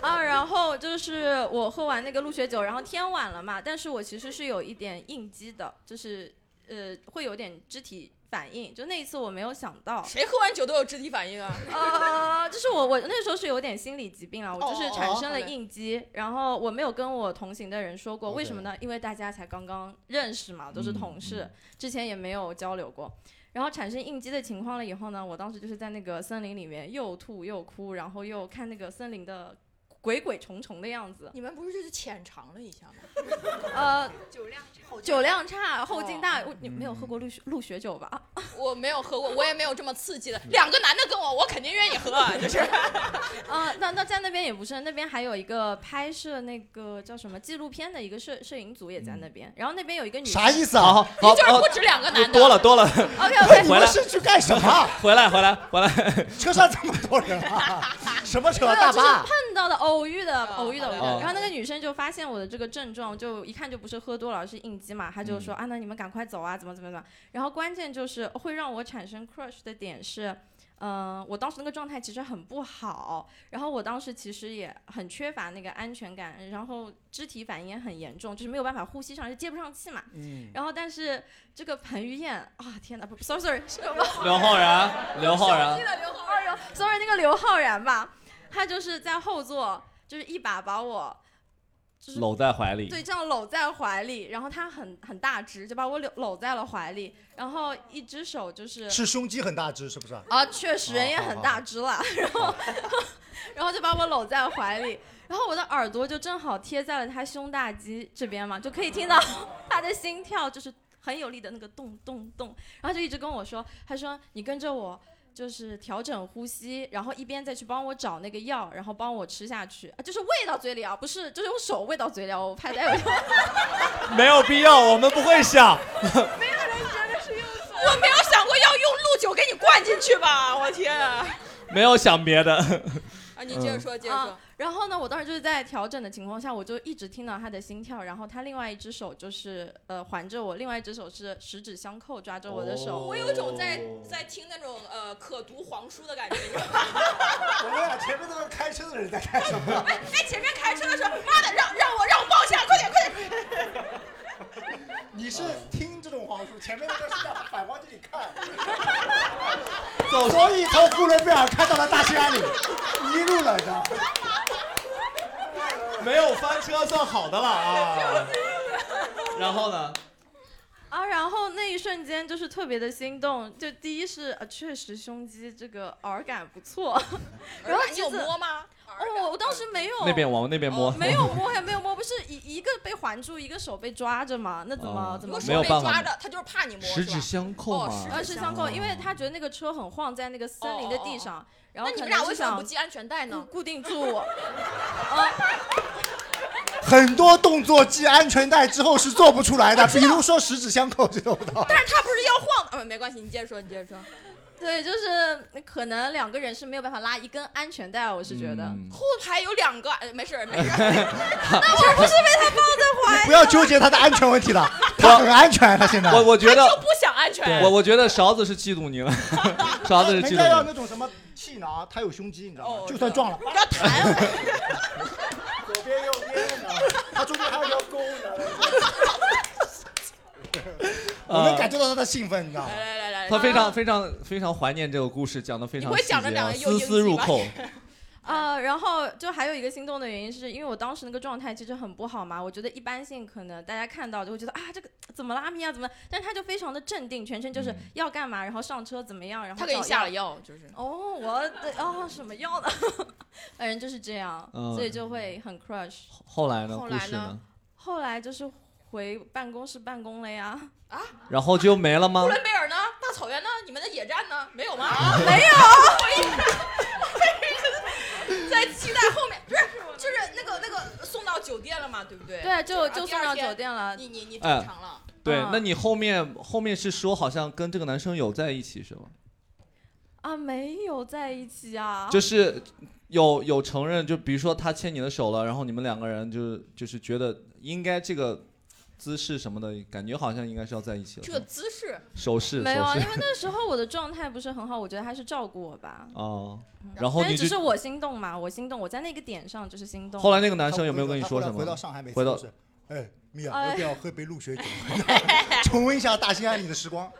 [SPEAKER 2] 啊，然后就是我喝完那个鹿血酒，然后天晚了嘛，但是我其实是有一点应激的，就是呃会有点肢体反应，就那一次我没有想到
[SPEAKER 8] 谁喝完酒都有肢体反应啊？
[SPEAKER 2] 呃，就是我我那时候是有点心理疾病了，我就是
[SPEAKER 8] 哦哦
[SPEAKER 2] 产
[SPEAKER 8] 哦
[SPEAKER 2] 生了
[SPEAKER 8] 好嘞
[SPEAKER 2] 应激，然后我没有跟我同行的人说过，为什
[SPEAKER 5] OK
[SPEAKER 2] 么呢？因为大家才刚刚认识嘛，
[SPEAKER 8] 嗯
[SPEAKER 2] 都是同事，之前也没有交流过。然后产生应激的情况了以后呢，我当时就是在那个森林里面又吐又哭，然后又看那个森林的鬼鬼重重的样子，
[SPEAKER 8] 你们不是就是浅尝了一下吗？
[SPEAKER 2] 呃，
[SPEAKER 9] 酒量差，
[SPEAKER 2] 酒量差，后劲大。
[SPEAKER 8] 哦
[SPEAKER 2] 我你没有
[SPEAKER 8] 嗯
[SPEAKER 2] 喝过鹿血鹿血酒吧？啊
[SPEAKER 8] 我没有喝过，我也没有这么刺激的。两个男的跟我，我肯定愿意喝，就是。
[SPEAKER 2] [LAUGHS] 啊，那那在那边也不是，那边还有一个拍摄那个叫什么纪录片的一个摄摄影组也在那边，然后那边有一个
[SPEAKER 5] 嗯
[SPEAKER 2] 女
[SPEAKER 5] 啥意
[SPEAKER 2] 思
[SPEAKER 5] 思啊？哎
[SPEAKER 4] 好
[SPEAKER 8] 就是不止两个男的
[SPEAKER 4] 哦多了多了， [LAUGHS]
[SPEAKER 2] ？OK OK，
[SPEAKER 5] 你
[SPEAKER 4] 回
[SPEAKER 5] 们
[SPEAKER 4] 来
[SPEAKER 5] 是去干什
[SPEAKER 2] [LAUGHS]
[SPEAKER 5] 么？啊
[SPEAKER 4] 回来回来回来。 [LAUGHS]
[SPEAKER 5] 车上这么多人啊？
[SPEAKER 2] [LAUGHS]
[SPEAKER 5] 什么车？
[SPEAKER 2] 没有
[SPEAKER 5] 大
[SPEAKER 2] 就是
[SPEAKER 5] 巴？
[SPEAKER 2] 碰到的偶遇的偶遇的偶遇
[SPEAKER 4] 哦
[SPEAKER 2] 的，然后那个女生就发现我的这个症状，就一看就不是喝多了，是应激嘛，她就说、啊，那你们赶快走啊，怎么怎么怎么。然后关键就是会让我产生 crush 的点是，嗯、我当时那个状态其实很不好，然后我当时其实也很缺乏那个安全感，然后肢体反应也很严重，就是没有办法呼吸上，就接不上气嘛。
[SPEAKER 5] 嗯，
[SPEAKER 2] 然后但是这个彭于晏啊，天哪，不不，sorry [LAUGHS] sorry，是我
[SPEAKER 4] 刘昊然，刘昊然，
[SPEAKER 2] 哎呦，sorry，那个刘昊然吧，他就是在后座，就是一把把我，就是
[SPEAKER 4] 搂在怀里。
[SPEAKER 2] 对这样搂在怀里，然后他很很大只，就把我搂搂在了怀里，然后一只手就是
[SPEAKER 5] 是胸肌很大只是不是？
[SPEAKER 2] 啊，确实人也很大只了， [LAUGHS] 然后然后就把我搂在怀里，然后我的耳朵就正好贴在了他胸大肌这边嘛，就可以听到 [LAUGHS] 他的心跳就是很有力的那个咚咚咚，然后就一直跟我说，他说你跟着我。就是调整呼吸，然后一边再去帮我找那个药，然后帮我吃下去，啊就是喂到嘴里啊，不是，就是用手喂到嘴里啊。我怕大家有
[SPEAKER 4] 没有必要，我们不会想。
[SPEAKER 8] 我没有想过要用鹿酒给你灌进去吧？我天！啊，
[SPEAKER 4] 没有想别的， [LAUGHS]
[SPEAKER 8] 你接着说，接着说
[SPEAKER 2] 啊。。然后呢，我当时就是在调整的情况下，我就一直听到他的心跳，然后他另外一只手就是呃环着我，另外一只手是十指相扣抓着我的手。
[SPEAKER 4] 哦
[SPEAKER 8] 我有种在在听那种呃可读黄书的感觉。
[SPEAKER 5] 我们俩前面都是开车的人在干什么？
[SPEAKER 8] 哎哎，前面开车的时候，妈的，让让我让我抱下，快点快点！
[SPEAKER 5] [LAUGHS] 你是听这种黄书，前面那个是在反光镜里 [LAUGHS] 看，
[SPEAKER 4] 走
[SPEAKER 5] 所以从呼伦贝尔看到了大兴安 [LAUGHS] 岭，迷路了，你知道吗？
[SPEAKER 4] 没有翻车算好的了啊。然后呢？
[SPEAKER 2] 啊，然后那一瞬间就是特别的心动，就第一是、呃、确实胸肌这个耳感
[SPEAKER 8] [LAUGHS]
[SPEAKER 2] 不错，然后
[SPEAKER 8] 你
[SPEAKER 2] 其
[SPEAKER 8] 有
[SPEAKER 2] 次
[SPEAKER 8] 摸吗？
[SPEAKER 2] 哦，我当时没有
[SPEAKER 4] 那边往那边摸
[SPEAKER 2] 哦，没有摸呀，没有摸，不是一一个被环住，一个手被抓着嘛，那怎么、
[SPEAKER 4] 哦
[SPEAKER 2] 怎
[SPEAKER 8] 如
[SPEAKER 2] 么
[SPEAKER 8] 果
[SPEAKER 4] 没
[SPEAKER 8] 手
[SPEAKER 4] 有
[SPEAKER 8] 被
[SPEAKER 4] 办法
[SPEAKER 8] 抓着，他就是怕你摸，
[SPEAKER 4] 十
[SPEAKER 8] 是吧
[SPEAKER 4] 指？相扣
[SPEAKER 8] 哦
[SPEAKER 4] 嘛
[SPEAKER 8] 十。
[SPEAKER 2] 呃，是相扣，因为他觉得那个车很晃，在那个森林的地上，
[SPEAKER 8] 哦那
[SPEAKER 2] 然后
[SPEAKER 8] 你
[SPEAKER 2] 可
[SPEAKER 8] 们
[SPEAKER 2] 能
[SPEAKER 8] 俩
[SPEAKER 2] 是
[SPEAKER 8] 为什么
[SPEAKER 2] 想
[SPEAKER 8] 不系安全带
[SPEAKER 2] 固
[SPEAKER 8] 呢？
[SPEAKER 2] 固定住我。
[SPEAKER 5] 很多动作系安全带之后是做不出来的，比如说十指相扣这种的。
[SPEAKER 2] 嗯
[SPEAKER 8] 但是他不是要晃？呃，没关系，你接着说，你接着说。
[SPEAKER 2] 对，就是可能两个人是没有办法拉一根安全带，啊我是觉得。
[SPEAKER 4] 嗯
[SPEAKER 8] 后排有两个，哎没事儿没
[SPEAKER 4] [LAUGHS]
[SPEAKER 8] 事儿，
[SPEAKER 5] 不要纠结他的安全问题了， [LAUGHS] 他很安全，他现在。
[SPEAKER 4] 我我觉得，
[SPEAKER 8] 哎不想安全。
[SPEAKER 4] 我我觉得勺子是嫉妒你
[SPEAKER 8] [LAUGHS]
[SPEAKER 4] 了，勺子是
[SPEAKER 5] 人
[SPEAKER 4] 嫉
[SPEAKER 5] 家要
[SPEAKER 4] 妒你。
[SPEAKER 5] 那种什么气囊，他有胸肌，你知道吗
[SPEAKER 8] 哦？
[SPEAKER 5] 就算撞了，
[SPEAKER 8] 要
[SPEAKER 4] [LAUGHS]
[SPEAKER 8] 弹我，
[SPEAKER 5] 左边右边，你知道吗？他中间还有条沟，你知道吗？我能感觉到他的兴奋，你知道吗？
[SPEAKER 8] 来来来来，
[SPEAKER 4] 他非常非常非常怀念这个故事，讲的非
[SPEAKER 8] 嗯
[SPEAKER 4] 常
[SPEAKER 8] 你会
[SPEAKER 4] 细
[SPEAKER 8] 讲得
[SPEAKER 4] 节啊，
[SPEAKER 8] 两个又
[SPEAKER 4] 丝
[SPEAKER 8] 硬
[SPEAKER 4] 丝入扣。
[SPEAKER 2] 啊，然后就还有一个心动的原因，是因为我当时那个状态其实很不好嘛。我觉得一般性可能大家看到就会觉得啊，这个怎么了阿米啊，怎么了？但他就非常的镇定，全程就是
[SPEAKER 4] 嗯
[SPEAKER 2] 要干嘛，然后上车怎么样，然后
[SPEAKER 8] 他给你
[SPEAKER 2] 找
[SPEAKER 8] 下
[SPEAKER 2] 药
[SPEAKER 8] 了药，就是
[SPEAKER 2] 哦，我对哦什么药呢？ [LAUGHS] 反正就是这样，
[SPEAKER 4] 嗯
[SPEAKER 2] 所以就会很 crush。
[SPEAKER 4] 后来呢？
[SPEAKER 8] [LAUGHS] 后
[SPEAKER 4] 故
[SPEAKER 8] 来
[SPEAKER 4] 事
[SPEAKER 8] 呢
[SPEAKER 4] 呢？
[SPEAKER 2] 后来就是回办公室办公了呀，
[SPEAKER 4] [LAUGHS] 然后就没了
[SPEAKER 8] [LAUGHS]
[SPEAKER 4] 吗
[SPEAKER 8] 呼？伦贝尔呢？大草原呢？你们的野战呢？没有吗？
[SPEAKER 4] [LAUGHS]
[SPEAKER 8] 啊，
[SPEAKER 2] 没
[SPEAKER 8] 有。 [LAUGHS] 在期待后面，不是，就是那个那个送到酒店了嘛，对不对？
[SPEAKER 2] 对，就
[SPEAKER 8] 然后
[SPEAKER 2] 就
[SPEAKER 8] 第
[SPEAKER 2] 送
[SPEAKER 8] 二
[SPEAKER 2] 到
[SPEAKER 8] 天
[SPEAKER 2] 酒店了。
[SPEAKER 8] 你你你
[SPEAKER 4] 哎
[SPEAKER 8] 正常了，
[SPEAKER 4] 对
[SPEAKER 2] 嗯，
[SPEAKER 4] 那你后面后面是说好像跟这个男生有在一起是吗？
[SPEAKER 2] 啊，没有在一起啊，
[SPEAKER 4] 就是有有承认，就比如说他牵你的手了，然后你们两个人就是就是觉得应该这个姿势什么的，感觉好像应该是要在一起了。
[SPEAKER 8] 这个姿势，
[SPEAKER 4] 手势
[SPEAKER 2] 没有啊，
[SPEAKER 4] 手
[SPEAKER 2] 因
[SPEAKER 4] 势
[SPEAKER 2] 为那时候我的状态不是很好，我觉得他是照顾我吧。
[SPEAKER 4] 哦，然后
[SPEAKER 2] 但
[SPEAKER 4] 你
[SPEAKER 2] 是只是
[SPEAKER 4] 就
[SPEAKER 2] 我心动嘛，我心动，我在那个点上就是心动。
[SPEAKER 4] 后来那个男生有没有跟你
[SPEAKER 5] 他
[SPEAKER 4] 说
[SPEAKER 5] 回到
[SPEAKER 4] 什么
[SPEAKER 5] 回？到上海每次
[SPEAKER 4] 回到
[SPEAKER 5] 都是，哎，米娅，
[SPEAKER 2] 哎
[SPEAKER 5] 要不要喝杯露水酒， [LAUGHS] 重温一下大兴安岭的时光？
[SPEAKER 2] 啊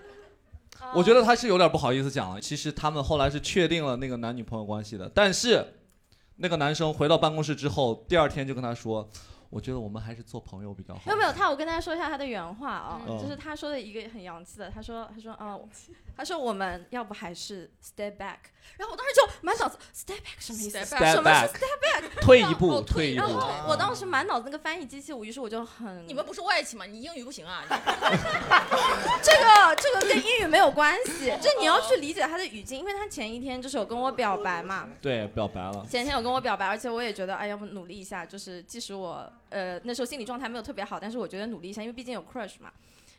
[SPEAKER 4] 我觉得他是有点不好意思讲了。其实他们后来是确定了那个男女朋友关系的，但是那个男生回到办公室之后，第二天就跟他说：“我觉得我们还是做朋友比较好。”
[SPEAKER 2] 没有没有，他我跟大家说一下他的原话啊、
[SPEAKER 4] 嗯
[SPEAKER 2] 就是他说的一个很洋气的，他说他说啊、我他说我们要不还是 step back，然后我当时就满脑子 step back 什么意思
[SPEAKER 8] Step
[SPEAKER 2] 什
[SPEAKER 4] Step
[SPEAKER 2] 么是
[SPEAKER 4] back，退 [LAUGHS] 一步，
[SPEAKER 8] 哦退
[SPEAKER 4] 退一
[SPEAKER 2] 然
[SPEAKER 4] 步
[SPEAKER 2] 后。我当时满脑子那个翻译机器，我于是我就很
[SPEAKER 8] 你们不是外企吗？你英语不行啊？
[SPEAKER 2] 这个这个跟英语没有关系，就你要去理解他的语境，因为他前一天就是有跟我表白嘛，
[SPEAKER 4] 对，表白了。
[SPEAKER 2] 前一天有跟我表白，而且我也觉得哎，要不努力一下，就是即使我呃那时候心理状态没有特别好，但是我觉得努力一下，因为毕竟有 crush 嘛。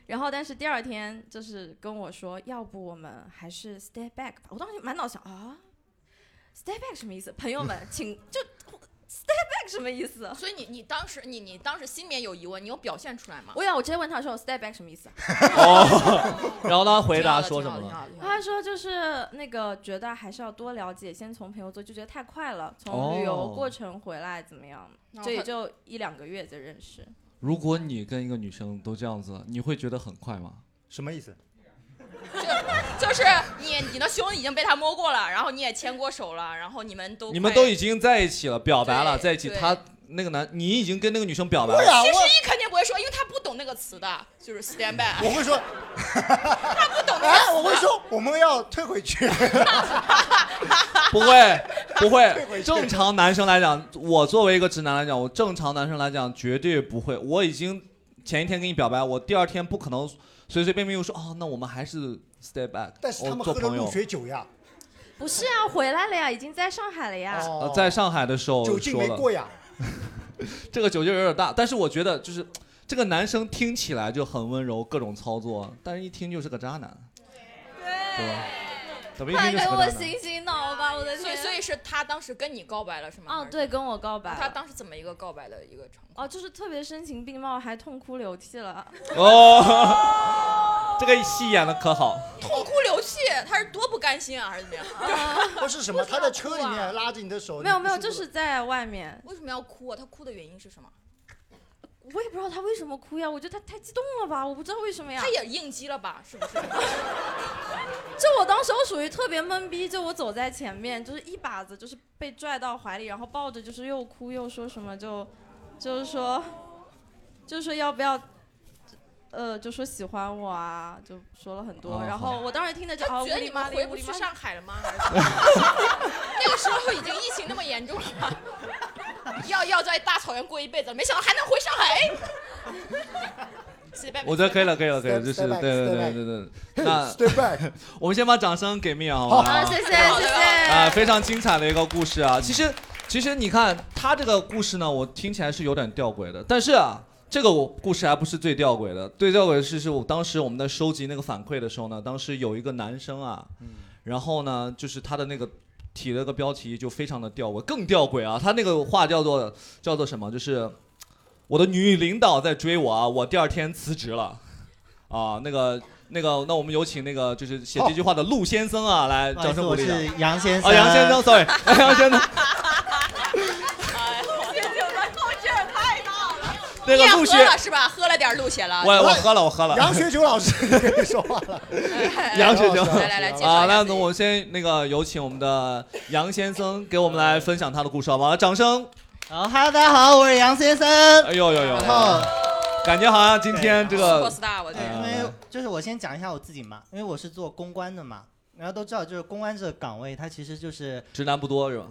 [SPEAKER 2] 然后，但是第二天就是跟我说，要不我们还是 step back 吧。我当时满脑想啊，step back 什么意思？朋友们，请就 step back 什么意思？
[SPEAKER 8] 所以你你当时你你当时心里面有疑问，你有表现出来吗？
[SPEAKER 2] 我有，我直接问他说 step back 什么意思啊？
[SPEAKER 4] 哦 [LAUGHS] 然后他回
[SPEAKER 8] 挺好
[SPEAKER 4] 答
[SPEAKER 8] 的
[SPEAKER 4] 说
[SPEAKER 8] 挺
[SPEAKER 4] 什
[SPEAKER 8] 好的挺
[SPEAKER 4] 么了？
[SPEAKER 8] 好的挺好的
[SPEAKER 2] 他说就是那个觉得还是要多了解，先从朋友做，就觉得太快了。从旅
[SPEAKER 4] 哦
[SPEAKER 2] 游过程回来怎么样？
[SPEAKER 8] 然后
[SPEAKER 2] 这也
[SPEAKER 8] 他
[SPEAKER 2] 就一两个月就认识。
[SPEAKER 4] 如果你跟一个女生都这样子，你会觉得很快吗？
[SPEAKER 5] 什么意思？
[SPEAKER 8] 就是你你的胸已经被他摸过了，然后你也牵过手了，然后你们都
[SPEAKER 4] 你们
[SPEAKER 8] 快
[SPEAKER 4] 都已经在一起了，表白了，
[SPEAKER 8] 对
[SPEAKER 4] 在一起，
[SPEAKER 8] 对
[SPEAKER 4] 他那个男，你已经跟那个女生表白
[SPEAKER 5] 对
[SPEAKER 4] 了，
[SPEAKER 5] 呀，
[SPEAKER 8] 其实
[SPEAKER 5] 我
[SPEAKER 8] 一肯定不会说，因为他不懂那个词的，就是 stand by。
[SPEAKER 5] [LAUGHS] 我会说，
[SPEAKER 8] 不懂那个
[SPEAKER 5] [LAUGHS] 哎，
[SPEAKER 8] 词
[SPEAKER 5] 我会说我们要退回
[SPEAKER 8] [LAUGHS]
[SPEAKER 5] 去。
[SPEAKER 4] 不会，不
[SPEAKER 5] [LAUGHS] 回
[SPEAKER 4] 会。
[SPEAKER 5] 去
[SPEAKER 4] 正常男生来讲，我作为一个直男来讲，我正常男生来讲绝对不会。我已经前一天跟你表白，我第二天不可能随随便便又说哦，那我们还是 stay back，
[SPEAKER 5] 但是他
[SPEAKER 4] 我
[SPEAKER 5] 们
[SPEAKER 4] 做
[SPEAKER 5] 喝了
[SPEAKER 4] 朋
[SPEAKER 5] 露
[SPEAKER 4] 友。
[SPEAKER 5] 水酒呀，
[SPEAKER 2] 不是啊，回来了呀，已经在上海了呀。
[SPEAKER 5] 哦
[SPEAKER 4] 呃，在上海的时候
[SPEAKER 5] 酒劲
[SPEAKER 4] 说
[SPEAKER 5] 没
[SPEAKER 4] 了，
[SPEAKER 5] 过呀。
[SPEAKER 4] 这个酒劲儿有点大，但是我觉得就是这个男生听起来就很温柔，各种操作，但是一听就是个渣男，对吧？怎么一
[SPEAKER 2] 快
[SPEAKER 4] 听就
[SPEAKER 2] 给
[SPEAKER 4] 是个
[SPEAKER 2] 我
[SPEAKER 4] 渣男？
[SPEAKER 2] 醒醒脑吧，我的
[SPEAKER 8] 所以
[SPEAKER 2] 天！
[SPEAKER 8] 所以是他当时跟你告白了是吗？
[SPEAKER 2] 哦，对，，跟我告白
[SPEAKER 8] 他
[SPEAKER 2] 了。
[SPEAKER 8] 当时怎么一个告白的一个场景？
[SPEAKER 2] 哦，就是特别声情并茂，还痛哭流涕了。
[SPEAKER 4] 哦， [LAUGHS] 这个戏演的可好，
[SPEAKER 8] 痛哭流涕，他是多不甘心啊，还是怎么样？
[SPEAKER 2] 哦
[SPEAKER 5] 不是什么，他在车里面拉着你的手。
[SPEAKER 2] 没有
[SPEAKER 5] 你
[SPEAKER 2] 没
[SPEAKER 5] 不
[SPEAKER 2] 有，就是在外面，
[SPEAKER 8] 为什么要哭啊？他哭的原因是什么？
[SPEAKER 2] 我也不知道他为什么哭呀，我觉得他太激动了吧，我不知道为什么呀
[SPEAKER 8] 他。也应激了吧？是不是？
[SPEAKER 2] 就我当时我属于特别懵逼，就我走在前面，就是一把子就是被拽到怀里，然后抱着，就是又哭又说什么就，就是说，就是说要不要，呃，就说喜欢我啊，就说了很多。
[SPEAKER 4] 哦
[SPEAKER 2] 然后我当时听的就啊，
[SPEAKER 8] 他
[SPEAKER 2] 乌
[SPEAKER 8] 觉得
[SPEAKER 2] 里
[SPEAKER 8] 你
[SPEAKER 2] 麻
[SPEAKER 8] 们
[SPEAKER 2] 里
[SPEAKER 8] 回
[SPEAKER 2] 乌
[SPEAKER 8] 不
[SPEAKER 2] 里
[SPEAKER 8] 去
[SPEAKER 2] 麻里，
[SPEAKER 8] 上海了吗？还是怎么样
[SPEAKER 2] [LAUGHS]
[SPEAKER 8] 那个时候已经疫情那么严重了，要要在大草原过一辈子，没想到还能回上海。随便
[SPEAKER 4] 我觉得可以了，可以了，可以了，
[SPEAKER 5] Step-
[SPEAKER 4] 就是对
[SPEAKER 5] step back，
[SPEAKER 4] 对
[SPEAKER 5] step
[SPEAKER 4] 对
[SPEAKER 5] back
[SPEAKER 4] 对对。
[SPEAKER 5] [LAUGHS]
[SPEAKER 4] 那
[SPEAKER 5] Stay back，
[SPEAKER 4] 我们先把掌声给蜜儿好吗？
[SPEAKER 5] 好
[SPEAKER 2] 啊，谢谢谢
[SPEAKER 8] 好的
[SPEAKER 2] 谢。
[SPEAKER 4] 啊，非常精彩的一个故事啊。其实，其实你看他这个故事呢，我听起来是有点吊诡的，但是啊。这个我故事还不是最吊诡的，最吊诡的是，是我当时我们在收集那个反馈的时候呢，当时有一个男生啊，然后呢，就是他的那个提了个标题就非常的吊诡，更吊诡啊！他那个话叫做叫做什么？就是我的女领导在追我啊，我第二天辞职了啊。那个那个，那我们有请那个就是写这句话的陆先生啊，来
[SPEAKER 6] 不好意
[SPEAKER 4] 掌
[SPEAKER 6] 思
[SPEAKER 4] 声鼓
[SPEAKER 6] 我
[SPEAKER 4] 励一下。
[SPEAKER 6] 是杨
[SPEAKER 4] [LAUGHS]
[SPEAKER 6] 先生。
[SPEAKER 4] 啊，杨先生，sorry，杨
[SPEAKER 6] [LAUGHS]
[SPEAKER 4] 先生，
[SPEAKER 2] 哎
[SPEAKER 4] 那
[SPEAKER 3] 你
[SPEAKER 4] 个
[SPEAKER 3] 也
[SPEAKER 4] 陆
[SPEAKER 3] 喝
[SPEAKER 4] 学，
[SPEAKER 3] 了是吧？喝了点儿鹿血了。
[SPEAKER 4] 我我喝了，我喝了。
[SPEAKER 5] 杨学九老师说话了，
[SPEAKER 8] 哎
[SPEAKER 4] 杨雪
[SPEAKER 5] 老
[SPEAKER 4] 球
[SPEAKER 5] 师
[SPEAKER 3] 来来来，介
[SPEAKER 6] 哎
[SPEAKER 4] 啊，
[SPEAKER 3] 绍一
[SPEAKER 4] 那
[SPEAKER 3] 下
[SPEAKER 4] 那
[SPEAKER 3] 自
[SPEAKER 4] 我
[SPEAKER 3] 己。
[SPEAKER 4] 先那个有请我们的杨先生给我们来分享他的故事，好不好？掌声！
[SPEAKER 6] 好，Hello，大家好，我是杨先生。
[SPEAKER 4] 哎呦呦呦，
[SPEAKER 6] 然后，
[SPEAKER 4] 感觉好像今天这个
[SPEAKER 3] boss 大，我
[SPEAKER 6] 对，因
[SPEAKER 4] 嗯
[SPEAKER 6] 为就是我先讲一下我自己嘛，因为我是做公关的嘛，然后都知道就是公关这个岗位，它其实就是
[SPEAKER 4] 直男不多是吧？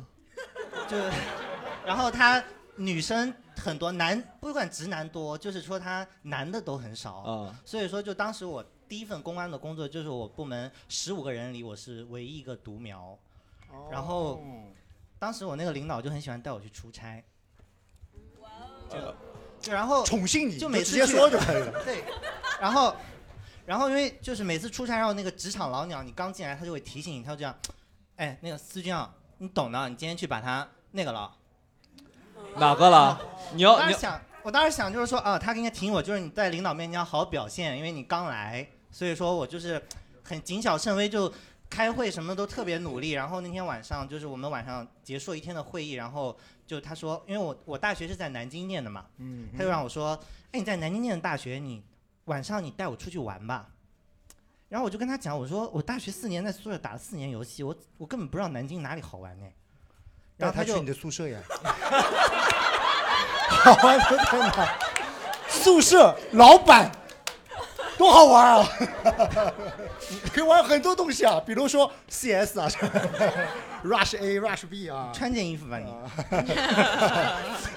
[SPEAKER 6] 就， [LAUGHS] 然后他女生很多，男不管直男多，就是说他男的都很少。
[SPEAKER 4] 啊，
[SPEAKER 6] 所以说，就当时我第一份公关的工作，就是我部门十五个人里，我是唯一一个独苗。然后当时我那个领导就很喜欢带我去出差。就然后
[SPEAKER 5] 宠幸你，
[SPEAKER 6] 就
[SPEAKER 5] 就
[SPEAKER 6] 每次
[SPEAKER 5] 直接
[SPEAKER 6] 去
[SPEAKER 5] 说就可以了。
[SPEAKER 6] 对，然后，然后因为就是每次出差，然后那个职场老鸟，你刚进来他就会提醒你，他就这样，哎，那个思君啊，你懂的，你今天去把他那个了。
[SPEAKER 4] 哪个了？你
[SPEAKER 6] 我
[SPEAKER 4] 要
[SPEAKER 6] 当
[SPEAKER 4] 哦你
[SPEAKER 6] 时想，我当时想就是说啊，他应该提醒我，就是你在领导面前要好好表现，因为你刚来，所以说我就是很谨小慎微，就开会什么都特别努力。然后那天晚上就是我们晚上结束一天的会议，然后就他说，因为我我大学是在南京念的嘛，
[SPEAKER 5] 嗯，
[SPEAKER 6] 他就让我说：“哎，你在南京念的大学，你晚上你带我出去玩吧。”然后我就跟他讲，我说我大学四年在宿舍打了四年游戏，我我根本不知道南京哪里好玩呢。然
[SPEAKER 5] 让
[SPEAKER 6] 后他
[SPEAKER 5] 他去
[SPEAKER 6] 就
[SPEAKER 5] 你的宿舍呀。 [LAUGHS] 好玩的在哪？宿舍老板，多好玩啊！ [LAUGHS] 可以玩很多东西啊，比如说 CS 啊，Rush A、Rush B 啊，
[SPEAKER 6] 穿件衣服吧你。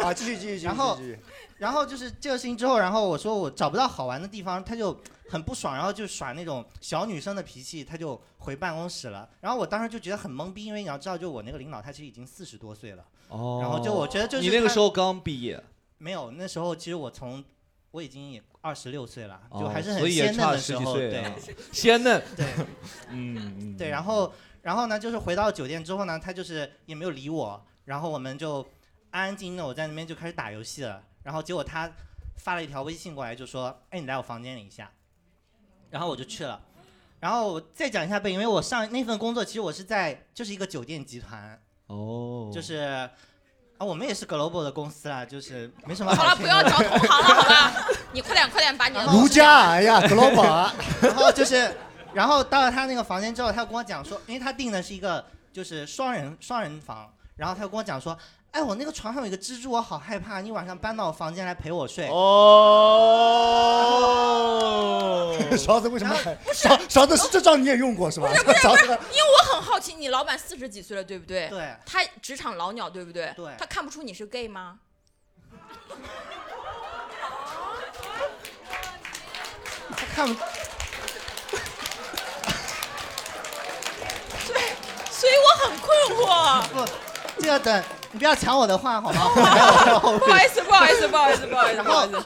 [SPEAKER 5] 啊，继续继续继续。
[SPEAKER 6] 然后
[SPEAKER 5] 继续
[SPEAKER 6] 然后就是这个事情之后，然后我说我找不到好玩的地方，他就很不爽，然后就耍那种小女生的脾气，他就回办公室了。然后我当时就觉得很懵逼，因为你要知道，就我那个领导他其实已经四十多岁了，
[SPEAKER 4] 哦
[SPEAKER 6] 然后就我觉得就是
[SPEAKER 4] 你那个
[SPEAKER 6] 他
[SPEAKER 4] 时候刚毕业，
[SPEAKER 6] 没有，那时候其实我从我已经也二十六岁了，就
[SPEAKER 4] 哦
[SPEAKER 6] 还是
[SPEAKER 4] 所
[SPEAKER 6] 很
[SPEAKER 4] 以也
[SPEAKER 6] 鲜嫩
[SPEAKER 4] 差
[SPEAKER 6] 的
[SPEAKER 4] 十
[SPEAKER 6] 时
[SPEAKER 4] 几
[SPEAKER 6] 候，
[SPEAKER 4] 岁
[SPEAKER 6] 对
[SPEAKER 4] 啊鲜嫩，
[SPEAKER 6] 对
[SPEAKER 4] 嗯，
[SPEAKER 6] 对。然后然后呢，就是回到酒店之后呢，他就是也没有理我，然后我们就安安静静的我在那边就开始打游戏了。然后结果他发了一条微信过来，就说：“哎，你来我房间里一下。”然后我就去了。然后我再讲一下背景，因为我上那份工作其实我是在就是一个酒店集团，
[SPEAKER 4] 哦，
[SPEAKER 6] 就是啊我们也是 global 的公司啦，就是没什么
[SPEAKER 3] 好了，
[SPEAKER 6] 听
[SPEAKER 3] 不
[SPEAKER 6] 的
[SPEAKER 3] 要找同行了，好吧？你快点快点把你的
[SPEAKER 5] 如家，哎呀，global [LAUGHS] 啊，
[SPEAKER 6] 然后就是，然后到了他那个房间之后，他跟我讲说，因为他订的是一个就是双人双人房，然后他就跟我讲说，哎，我那个床上有一个蜘蛛，我好害怕，你晚上搬到我房间来陪我睡。
[SPEAKER 4] 哦，
[SPEAKER 5] 勺子为什么还？勺勺子是这招你也用过是吧？
[SPEAKER 6] [LAUGHS]
[SPEAKER 5] 勺子
[SPEAKER 3] 因为我很好奇，你老板四十几岁了，对不对？
[SPEAKER 6] 对，
[SPEAKER 3] 他职场老鸟，对不对？
[SPEAKER 6] 对
[SPEAKER 3] 他看不出你是 gay 吗？
[SPEAKER 6] 他看
[SPEAKER 3] [LAUGHS]
[SPEAKER 6] 不，
[SPEAKER 3] 所以我很困惑。
[SPEAKER 6] 这个等你不要抢我的话好吗？我还有还有后
[SPEAKER 3] 不好
[SPEAKER 6] 面
[SPEAKER 3] 意思，不好意思，不好意思，不好意思，
[SPEAKER 6] 然
[SPEAKER 3] 不好
[SPEAKER 6] 后
[SPEAKER 3] 意思。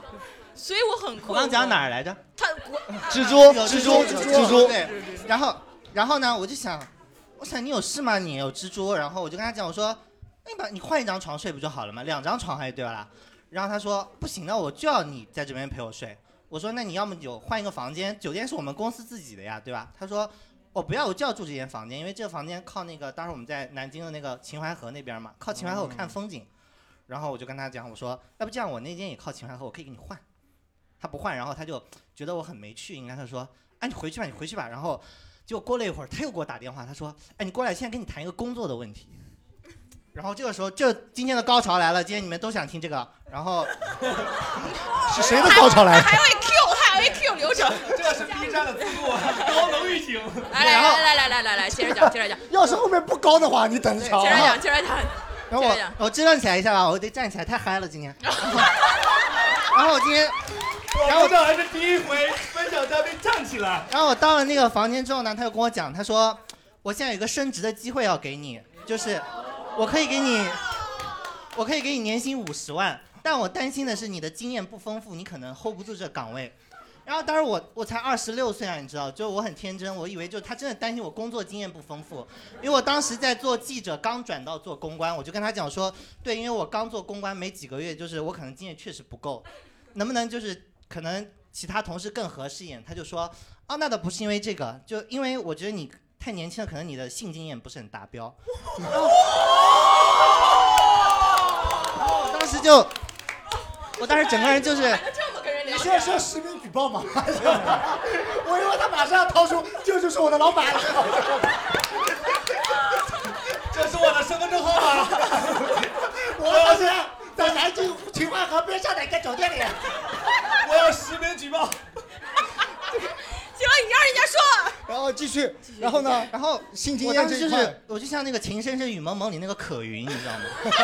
[SPEAKER 3] 所以我很困惑。
[SPEAKER 6] 我刚讲哪？儿来着？
[SPEAKER 3] 他我
[SPEAKER 4] 蜘蛛，
[SPEAKER 6] 啊有
[SPEAKER 4] 蜘
[SPEAKER 6] 蛛，
[SPEAKER 4] 蛛，
[SPEAKER 6] 蜘
[SPEAKER 4] 蜘蛛，
[SPEAKER 6] 对，然后，然后呢，我就想，我想你有事吗？你有蜘蛛？然后我就跟他讲，我说，那你把你换一张床睡不就好了吗？两张床还是对吧啦？然后他说不行的，我就要你在这边陪我睡。我说那你要么就换一个房间，酒店是我们公司自己的呀，对吧？他说我不要，我就要住这间房间，因为这个房间靠那个，当时我们在南京的那个秦淮河那边嘛，靠秦淮河我看风景。然后我就跟他讲，我说要不这样，我那间也靠秦淮河，我可以给你换。他不换，然后他就觉得我很没趣，应该他说，哎，你回去吧，你回去吧。然后结果过了一会儿，他又给我打电话，他说，哎，你过来，现在跟你谈一个工作的问题。然后这个时候，这今天的高潮来了，今天你们都想听这个。然后
[SPEAKER 5] 是谁的高潮来的？
[SPEAKER 3] 还会 Q，他还会 Q 流程。
[SPEAKER 4] 这是 B 站的思路，高能预警。
[SPEAKER 3] 来来来来来来来来，接着讲，接着讲，
[SPEAKER 5] 要是后面不高的话，你等着
[SPEAKER 3] 接
[SPEAKER 5] 瞧
[SPEAKER 3] 着
[SPEAKER 5] 啊。
[SPEAKER 3] 讲，接着讲。
[SPEAKER 6] 哦然后
[SPEAKER 3] 这样
[SPEAKER 6] 我我支棱起来一下吧，我得站起来，太嗨了今天。然后然后我今
[SPEAKER 3] [LAUGHS]
[SPEAKER 6] 天，然后
[SPEAKER 4] 这还是第一回分享嘉宾站起来。
[SPEAKER 6] 然后我到了那个房间之后呢，他就跟我讲，他说我现在有一个升职的机会要给你，就是我可以给你，我可以给你年薪五十万，但我担心的是你的经验不丰富，你可能 hold 不住这个岗位。然后当时我我才二十六岁啊，你知道，就我很天真，我以为就他真的担心我工作经验不丰富，因为我当时在做记者，刚转到做公关，我就跟他讲说，对，因为我刚做公关没几个月，就是我可能经验确实不够，能不能就是可能其他同事更合适一点？他就说，哦，那倒不是因为这个，就因为我觉得你太年轻了，可能你的性经验不是很达标。然后我当时就，我当时整个人就是。
[SPEAKER 10] 哎
[SPEAKER 5] 你现在是要实名举报吗？ [LAUGHS] 我以为他马上要掏出，这就是我的老板。
[SPEAKER 4] 这是我的身份证号码。
[SPEAKER 5] 我当时在南京秦淮河边上的一个酒店里，
[SPEAKER 4] 我要实名举报。
[SPEAKER 10] 行了，你让人家说。
[SPEAKER 5] 然后继续，然后呢？
[SPEAKER 6] 然后
[SPEAKER 5] 性经
[SPEAKER 6] 我
[SPEAKER 5] 验
[SPEAKER 6] 当
[SPEAKER 5] 这
[SPEAKER 6] 时就
[SPEAKER 5] 一
[SPEAKER 6] 是
[SPEAKER 5] 块，，
[SPEAKER 6] 我就像那个《情深深雨蒙蒙》里那个可云，你知道吗？
[SPEAKER 5] [LAUGHS]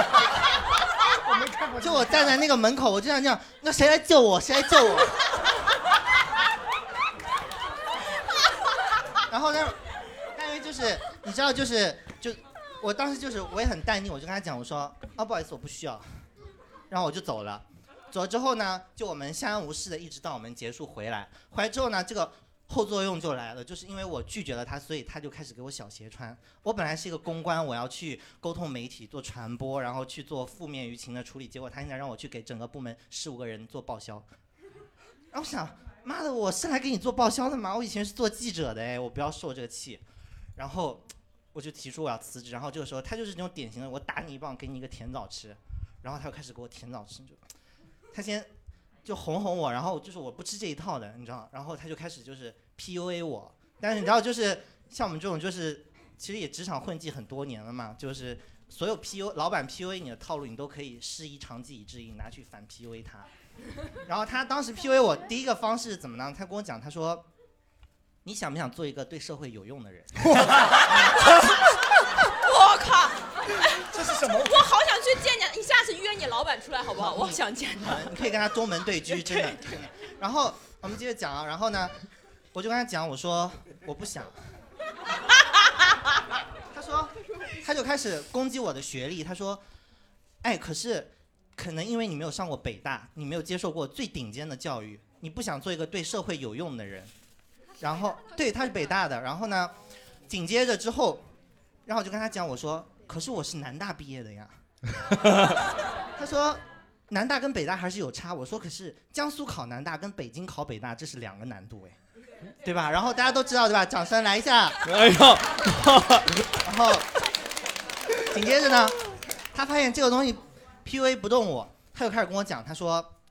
[SPEAKER 5] 我没看过这
[SPEAKER 6] 就
[SPEAKER 5] 个。
[SPEAKER 6] 我站在那个门口，我就想这样，那谁来救我？谁来救我？ [LAUGHS] 然后呢，但因为就是你知道，就是就我当时就是我也很淡定，我就跟他讲，我说啊不好意思，我不需要，然后我就走了。走了之后呢，就我们相安无事的，一直到我们结束回来。回来之后呢，这个后作用就来了，就是因为我拒绝了他，所以他就开始给我小鞋穿。我本来是一个公关，我要去沟通媒体、做传播，然后去做负面舆情的处理。结果他现在让我去给整个部门十五个人做报销，然后我想，妈的，我是来给你做报销的吗？我以前是做记者的，哎，我不要受这个气。然后我就提出我要辞职，然后这个时候他就是那种典型的，我打你一棒，给你一个甜枣吃，然后他又开始给我甜枣吃，就他先就哄哄我，然后就是我不吃这一套的，你知道，然后他就开始就是 PUA 我，但是你知道就是像我们这种就是其实也职场混迹很多年了嘛，就是所有 PU 老板 PUA 你的套路，你都可以师夷长技以制夷，拿去反 PUA 他。然后他当时 PUA 我第一个方式是怎么呢？他跟我讲，他说：“你想不想做一个对社会有用的人
[SPEAKER 10] 我靠，
[SPEAKER 5] 这是什么？
[SPEAKER 10] 我好想去见你！你下次约你老板出来好不好？我好想见？”他。
[SPEAKER 6] 啊你可以跟他东门对 [LAUGHS] 狙，真的真的。然后我们接着讲啊，然后呢，我就跟他讲，我说我不 [LAUGHS] 想。他说，他就开始攻击我的学历，他说，哎，可是可能因为你没有上过北大，你没有接受过最顶尖的教育，你不想做一个对社会有用的人。然后，对，他是北大的。然后呢，紧接着之后，然后我就跟他讲，我说，可是我是南大毕业 [LAUGHS] 的呀。他说，南大跟北大还是有差。我说，可是江苏考南大跟北京考北大，这是两个难度哎，对吧？然后大家都知道对吧？掌声来一下。
[SPEAKER 4] 哎呀，
[SPEAKER 6] 然后紧接着呢，他发现这个东西 PUA 不动我，他就开始跟我讲，他说，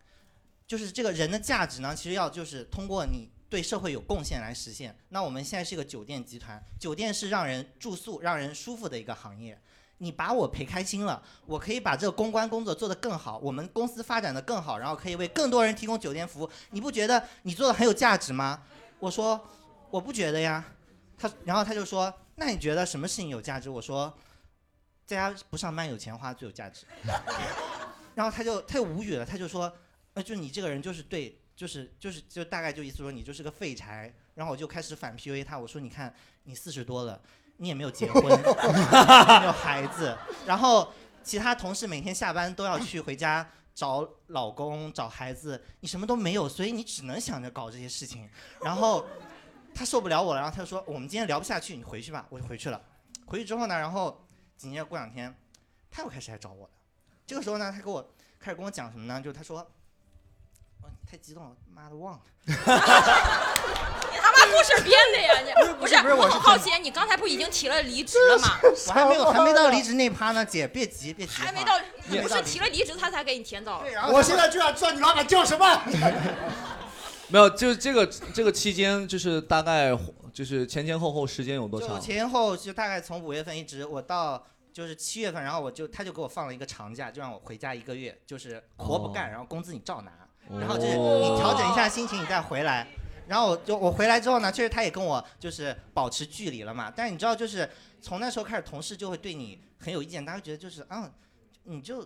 [SPEAKER 6] 就是这个人的价值呢，其实要就是通过你对社会有贡献来实现。那我们现在是一个酒店集团，酒店是让人住宿、让人舒服的一个行业。你把我陪开心了，我可以把这个公关工作做得更好，我们公司发展得更好，然后可以为更多人提供酒店服务。你不觉得你做的很有价值吗？我说我不觉得呀。他然后他就说：“那你觉得什么事情有价值？”我说：“在家不上班有钱花最有价值。” [LAUGHS] 然后他就他就无语了，他就说：“呃，就你这个人就是对，就是就是就大概就意思说你就是个废柴。”然后我就开始反 PUA 他，我说：“你看你四十多了，你也没有结婚， [LAUGHS] 你也没有孩子，然后其他同事每天下班都要去回家。”找老公、找孩子，你什么都没有，所以你只能想着搞这些事情。然后他受不了我了，然后他就说我们今天聊不下去，你回去吧。我就回去了。回去之后呢，然后紧接着过两天，他又开始来找我了。这个时候呢，他给我开始跟我讲什么呢？就是他说，哦，太激动了，妈的忘了。
[SPEAKER 10] 你他妈故事编的呀！你
[SPEAKER 5] 不
[SPEAKER 10] 不
[SPEAKER 5] 是
[SPEAKER 10] 是
[SPEAKER 5] 不是
[SPEAKER 10] 我
[SPEAKER 5] 我是
[SPEAKER 10] 很好奇，你刚才不已经提了离职了吗？
[SPEAKER 6] 我还没有还没到离职那趴呢，姐别急别急哈，
[SPEAKER 10] 还没到，你
[SPEAKER 6] 还
[SPEAKER 10] 不
[SPEAKER 6] 没到
[SPEAKER 10] 是提了离职他才给你填枣？
[SPEAKER 6] 对，然后
[SPEAKER 5] 我
[SPEAKER 6] 他
[SPEAKER 5] 现在居然知道你老板叫什么。
[SPEAKER 4] 没有，就是这个这个期间，就是大概就是前前后后时间有多
[SPEAKER 6] 就
[SPEAKER 4] 长？
[SPEAKER 6] 前后就大概从五月份一直我到就是七月份，然后我就他就给我放了一个长假，就让我回家一个月，就是活不干，
[SPEAKER 4] 哦
[SPEAKER 6] 然后工资你照拿，
[SPEAKER 4] 哦
[SPEAKER 6] 然后就是你调整一下心情，你再回来。然后我就我回来之后呢，确实他也跟我就是保持距离了嘛。但是你知道，就是从那时候开始，同事就会对你很有意见，大家觉得就是嗯，你就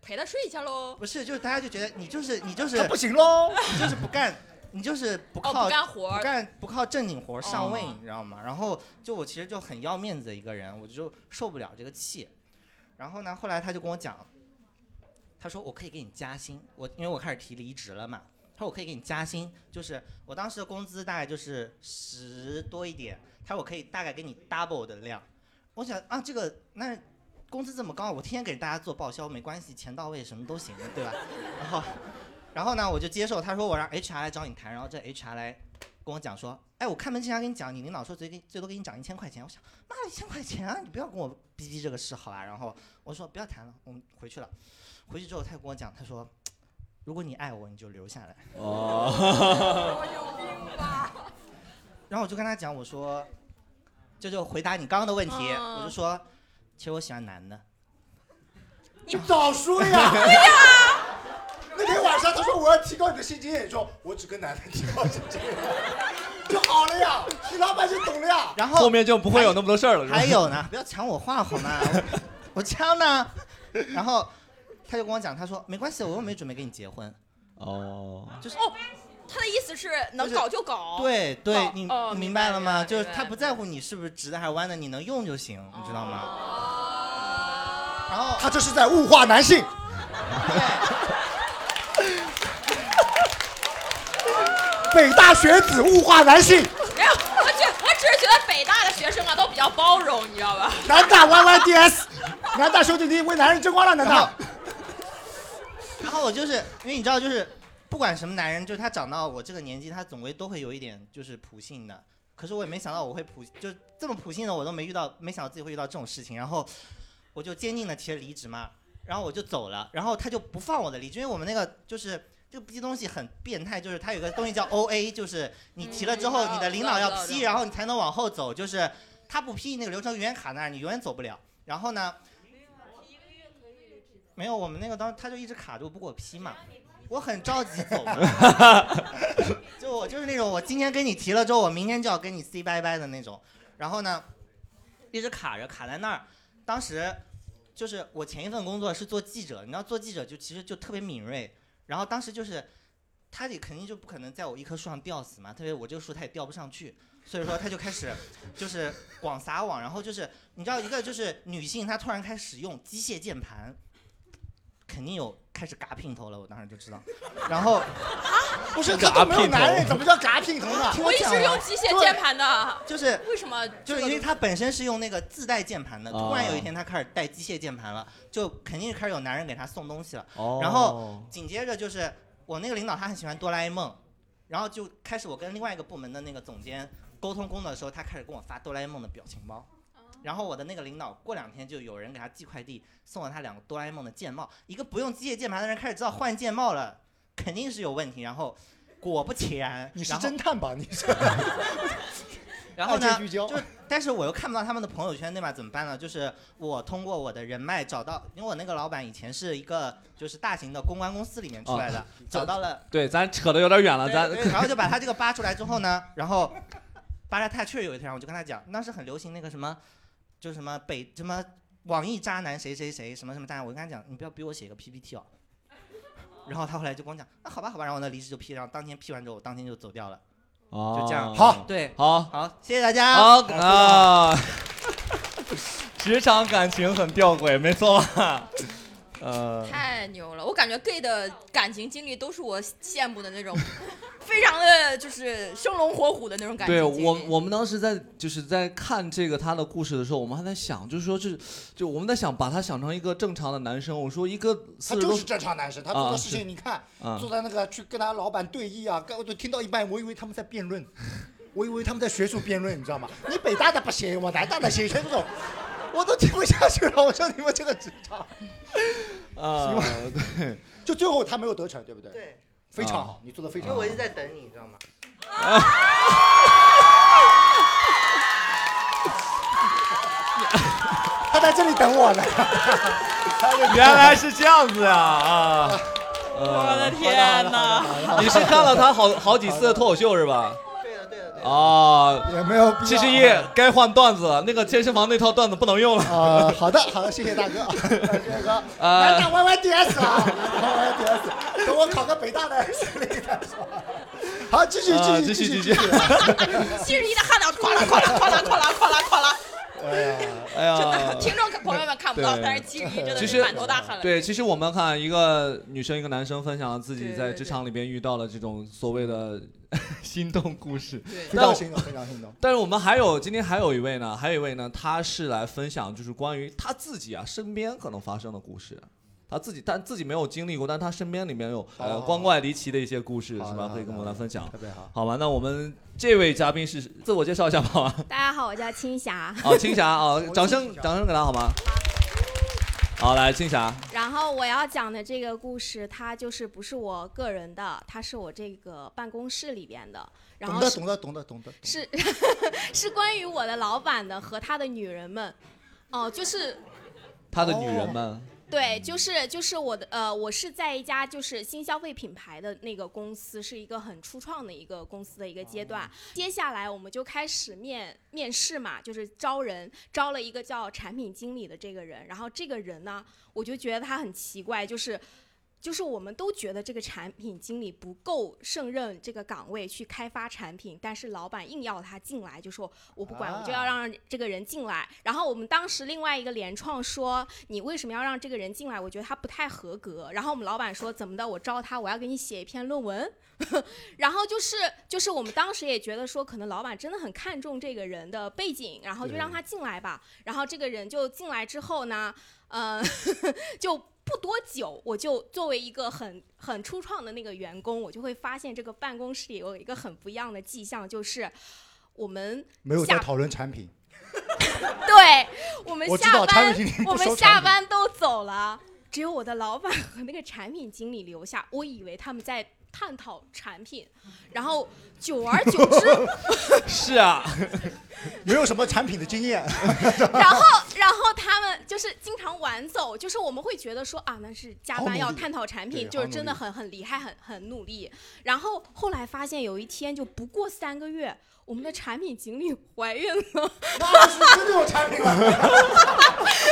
[SPEAKER 10] 陪他睡一下喽。
[SPEAKER 6] 不是，就是大家就觉得你就是你就是
[SPEAKER 5] 他不行喽，
[SPEAKER 6] 你就是不干，你就是不
[SPEAKER 10] 哦，
[SPEAKER 6] 靠
[SPEAKER 10] 不干活
[SPEAKER 6] 不
[SPEAKER 10] 儿，
[SPEAKER 6] 干不靠正经活儿上位，
[SPEAKER 10] 哦
[SPEAKER 6] 你知道吗？然后就我其实就很要面子的一个人，我就受不了这个气。然后呢，后来他就跟我讲，他说我可以给你加薪，我因为我开始提离职了嘛。他说我可以给你加薪，就是我当时的工资大概就是十多一点，他说我可以大概给你 double 的量。我想啊，这个那工资这么高，我天天给大家做报销没关系，钱到位什么都行，对吧？然后，然后呢，我就接受，他说我让 HR 来找你谈，然后这 HR 来跟我讲说，哎，我看门之前跟你讲，你领导说最给最多给你涨一千块钱，我想妈一千块钱啊，你不要跟我逼逼这个事好吧？然后我说不要谈了，我们回去了。嗯回去之后他又跟我讲，他说如果你爱我，你就留下来。
[SPEAKER 4] 哦，
[SPEAKER 6] 然后我就跟他讲，我说，这就回答你刚刚的问题，
[SPEAKER 4] 嗯
[SPEAKER 6] 我就说，其实我喜欢男的。
[SPEAKER 5] 你早说 [LAUGHS] 呀！对呀、那天晚上他说我要提高你的薪金，说我只跟男的提高薪金， [LAUGHS] 就好了呀。你老板就懂了呀。
[SPEAKER 6] 然后
[SPEAKER 4] 后面就不会有那么多事儿了，是吧？
[SPEAKER 6] 还有呢，不要抢我话好吗？我我枪呢？然后他就跟我讲，他说没关系，我又没准备跟你结婚。
[SPEAKER 4] 哦，
[SPEAKER 3] 他的意思是能
[SPEAKER 6] 就是
[SPEAKER 3] 搞就搞，
[SPEAKER 6] 对对
[SPEAKER 3] 哦，
[SPEAKER 6] 你
[SPEAKER 3] 哦
[SPEAKER 6] 你明
[SPEAKER 3] 明
[SPEAKER 6] 白
[SPEAKER 3] 白
[SPEAKER 6] 了吗？
[SPEAKER 3] 明白
[SPEAKER 6] 就是
[SPEAKER 3] 明白
[SPEAKER 6] 他不在乎你是不是直的还是弯的，你能用就行，你知道吗？
[SPEAKER 3] 哦
[SPEAKER 6] 然后
[SPEAKER 5] 他这是在物化男性。 [LAUGHS] 北大学子物化男性，
[SPEAKER 3] 没有，我觉我只是觉得北大的学生啊都比较包容，你知道吧？
[SPEAKER 5] 南大 YYDS，南大兄弟，你为男人争光了，南
[SPEAKER 6] 然后
[SPEAKER 5] 大。，
[SPEAKER 6] 然后我就是因为你知道，就是不管什么男人，就是他长到我这个年纪，他总归都会有一点就是普信的。可是我也没想到我会普，就是这么普信的，我都没遇到，没想到自己会遇到这种事情。然后我就坚定的提了离职嘛，然后我就走了，然后他就不放我的离职，因为我们那个就是。这个逼东西很变态，就是它有个东西叫 O A，就是你提了之后，
[SPEAKER 3] 嗯
[SPEAKER 6] 你的领导要
[SPEAKER 3] 知道知道
[SPEAKER 6] 批，然后你才能往后走。就是他不批那个流程永远卡那儿，你永远走不了。然后呢，没有，我们那个当时他就一直卡住不给我批嘛，我很着急走 [LAUGHS] 嘛，就我就是那种我今天跟你提了之后，我明天就要跟你 say 拜拜的那种，然后呢，一直卡着卡在那儿，当时就是我前一份工作是做记者，你知道做记者就其实就特别敏锐，然后当时就是他也肯定就不可能在我一棵树上吊死嘛，特别我这个树他也吊不上去。所以说，他就开始就是广撒网，然后就是你知道，一个就是女性，她突然开始用机械键盘，肯定有开始嘎姘头了，我当时就知道。然后
[SPEAKER 5] 不是，这都没有男人，怎么叫嘎姘头呢？
[SPEAKER 6] 听
[SPEAKER 3] 我一
[SPEAKER 6] 讲
[SPEAKER 3] 直
[SPEAKER 6] 完
[SPEAKER 3] 用机械键盘的，
[SPEAKER 6] 就是
[SPEAKER 3] 为什么？
[SPEAKER 6] 就是因为他本身是用那个自带键盘的，
[SPEAKER 4] 哦
[SPEAKER 6] 突然有一天他开始带机械键盘了，就肯定是开始有男人给他送东西了。
[SPEAKER 4] 哦
[SPEAKER 6] 然后紧接着就是我那个领导他很喜欢哆啦 A 梦，然后就开始我跟另外一个部门的那个总监沟通工作的时候，他开始跟我发哆啦 A 梦的表情包。然后我的那个领导过两天就有人给他寄快递，送了他两个哆啦 A 梦的键帽，一个不用机械键盘的人开始知道换键帽了，肯定是有问题。然后果不其然，
[SPEAKER 5] 你是哦
[SPEAKER 6] 然后
[SPEAKER 5] 侦探吧？你是
[SPEAKER 6] 然后
[SPEAKER 5] 爱
[SPEAKER 6] 呢
[SPEAKER 5] chơi，聚焦
[SPEAKER 6] 就但是我又看不到他们的朋友圈，对吧？怎么办呢？就是我通过我的人脉找到，因为我那个老板以前是一个就是大型的公关公司里面出来的，
[SPEAKER 5] 哦
[SPEAKER 6] 找到了，
[SPEAKER 4] 对，咱扯的有点远了，咱
[SPEAKER 6] 对然后就把他这个扒出来之后呢，然后扒了他确实有一天，我就跟他讲，当时很流行那个什么，就什么北什么网易渣男谁谁谁什么什么渣男，我就跟他讲，你不要逼我写一个 PPT 哦。然后他后来就跟我讲，那好吧好吧，然后呢离职就批，然后当天批完之后，我当天就走掉了，
[SPEAKER 4] 哦
[SPEAKER 6] 就这样。
[SPEAKER 4] 好，
[SPEAKER 6] 对，
[SPEAKER 4] 好，
[SPEAKER 6] 好，谢谢大家。
[SPEAKER 4] 好啊， [LAUGHS] 职场感情很吊诡，没错吧？呃，
[SPEAKER 3] 太牛了！我感觉 gay 的感情经历都是我羡慕的那种， [LAUGHS] 非常的就是生龙活虎的那种感情
[SPEAKER 4] 对
[SPEAKER 3] 经历。
[SPEAKER 4] 我，我们当时在就是在看这个他的故事的时候，我们还在想，就是说是，就我们在想把他想成一个正常的男生。我说一个
[SPEAKER 5] 他
[SPEAKER 4] 四十
[SPEAKER 5] 就
[SPEAKER 4] 多
[SPEAKER 5] 是正 [LAUGHS] 常男生，他做的事情你看，
[SPEAKER 4] 啊
[SPEAKER 5] 坐在那个去跟他老板对弈啊，跟我都听到一半，我以为他们在辩论，我以为他们在学术辩论，你知道吗？你北大的不行，我南大的行，这种我都听不下去了。我说你们这个职场， [LAUGHS]
[SPEAKER 4] 啊，对，
[SPEAKER 5] 就最后他没有得逞，对不对？
[SPEAKER 6] 对，
[SPEAKER 5] 非常
[SPEAKER 4] 啊
[SPEAKER 5] 好，你做的非
[SPEAKER 6] 因
[SPEAKER 5] 常
[SPEAKER 6] 为
[SPEAKER 5] 好
[SPEAKER 6] 我一。直在等你，你知道吗？
[SPEAKER 5] 他在这里等我呢。
[SPEAKER 4] [LAUGHS] 原来是这样子啊啊！我的
[SPEAKER 3] 天哪！
[SPEAKER 4] 你是看了他好好几次的脱口秀是吧？
[SPEAKER 6] 对的，对的，对的。
[SPEAKER 4] 啊，
[SPEAKER 5] 也没有必要。
[SPEAKER 4] 七十一该换段子了，那个健身房那套段子不能用了。
[SPEAKER 5] 啊、好的，好的，谢谢大 [LAUGHS] 哥，谢谢哥，
[SPEAKER 4] 呃
[SPEAKER 5] 来打 YYDS [LAUGHS] 啊，YYDS，等我考个北大的顺利再说。好，继续，
[SPEAKER 4] 啊
[SPEAKER 5] 呃继续，
[SPEAKER 4] 继续
[SPEAKER 3] 啊
[SPEAKER 5] 继续。
[SPEAKER 4] [LAUGHS]
[SPEAKER 3] 七十一的汗脑，哐啦哐啦哐啦哐啦哐啦哐啦，
[SPEAKER 5] [LAUGHS] 哎呀，
[SPEAKER 4] 哎呀，
[SPEAKER 10] 听众朋友们看不到，但是基迪真的
[SPEAKER 4] 其
[SPEAKER 10] 是
[SPEAKER 4] 实
[SPEAKER 10] 满头大汗了。
[SPEAKER 4] 对，其实我们看一个女生一个男生分享了自己
[SPEAKER 10] 对
[SPEAKER 4] 在
[SPEAKER 10] 对
[SPEAKER 4] 职场里边遇到了这种所谓的 [LAUGHS] 心动故事，
[SPEAKER 10] 对
[SPEAKER 5] 非常心动，非常心动。
[SPEAKER 4] 但是我们还有今天还有一位呢，还有一位呢，他是来分享就是关于他自己啊身边可能发生的故事。他自己，但自己没有经历过，但他身边里面有
[SPEAKER 5] 好
[SPEAKER 4] 呃
[SPEAKER 5] 好好
[SPEAKER 4] 光怪离奇的一些故事，
[SPEAKER 5] 好
[SPEAKER 4] 是
[SPEAKER 5] 好
[SPEAKER 4] 吧？可以跟我们来分享
[SPEAKER 5] 特，别好。
[SPEAKER 4] 好吧？那我们这位嘉宾是自我介绍一下吧，
[SPEAKER 8] [LAUGHS]
[SPEAKER 4] 好吧？
[SPEAKER 8] 大家好，我叫青霞。
[SPEAKER 4] 好，青霞啊，
[SPEAKER 5] 我
[SPEAKER 4] 掌
[SPEAKER 5] 自己
[SPEAKER 4] 声
[SPEAKER 5] 讲
[SPEAKER 4] 掌声给他好吗？好，来青霞，
[SPEAKER 8] 然后我要讲的这个故事，它就是不是我个人的，它是我这个办公室里边的。然
[SPEAKER 5] 懂
[SPEAKER 8] 后
[SPEAKER 5] 得，
[SPEAKER 8] 是
[SPEAKER 5] 懂得，懂得，懂得。
[SPEAKER 8] 是是关于我的老板的和他的女人们，哦、就是
[SPEAKER 4] 他的女人们，
[SPEAKER 8] 对，就是就是我的呃，我是在一家就是新消费品牌的那个公司，是一个很初创的一个公司的一个阶段。接下来我们就开始面面试嘛，就是招人，招了一个叫产品经理的这个人。然后这个人呢，我就觉得他很奇怪，就是。就是我们都觉得这个产品经理不够胜任这个岗位去开发产品，但是老板硬要他进来，就说我不管，我就要
[SPEAKER 5] 啊
[SPEAKER 8] 让这个人进来。然后我们当时另外一个联创说，你为什么要让这个人进来？我觉得他不太合格。然后我们老板说，怎么的？我招他，我要给你写一篇论文。然后就是就是我们当时也觉得说，可能老板真的很看重这个人的背景，然后就让他进来吧。然后这个人就进来之后呢，呃， [LAUGHS] 就不多久，我就作为一个很很初创的那个员工，我就会发现这个办公室里有一个很不一样的迹象，就是我们
[SPEAKER 5] 没有在
[SPEAKER 8] 下
[SPEAKER 5] 讨论产品，
[SPEAKER 8] 对我们
[SPEAKER 5] 我知
[SPEAKER 8] 下
[SPEAKER 5] 道
[SPEAKER 8] 班
[SPEAKER 5] 产 [LAUGHS] 品经理
[SPEAKER 8] 我
[SPEAKER 5] 不
[SPEAKER 8] 们
[SPEAKER 5] 收
[SPEAKER 8] 下
[SPEAKER 5] 产品。
[SPEAKER 8] 班都走了，只有我的老板和那个产品经理留下。我以为他们在探讨产品，然后久而久之，
[SPEAKER 4] 是
[SPEAKER 8] [LAUGHS]
[SPEAKER 4] 啊，
[SPEAKER 5] 没有什么产品的经验，
[SPEAKER 8] 然后然后他们就是经常晚走，就是我们会觉得说啊，那是加
[SPEAKER 5] 好努
[SPEAKER 8] 班
[SPEAKER 5] 力
[SPEAKER 8] 要探讨产
[SPEAKER 5] 对
[SPEAKER 8] 品，
[SPEAKER 5] 好
[SPEAKER 8] 就是真的
[SPEAKER 5] 努力
[SPEAKER 8] 很很厉害，很很努力。然后后来发现有一天，就不过三个月，我们的产品经理怀孕了。
[SPEAKER 5] 那是真的有产品了。 [LAUGHS]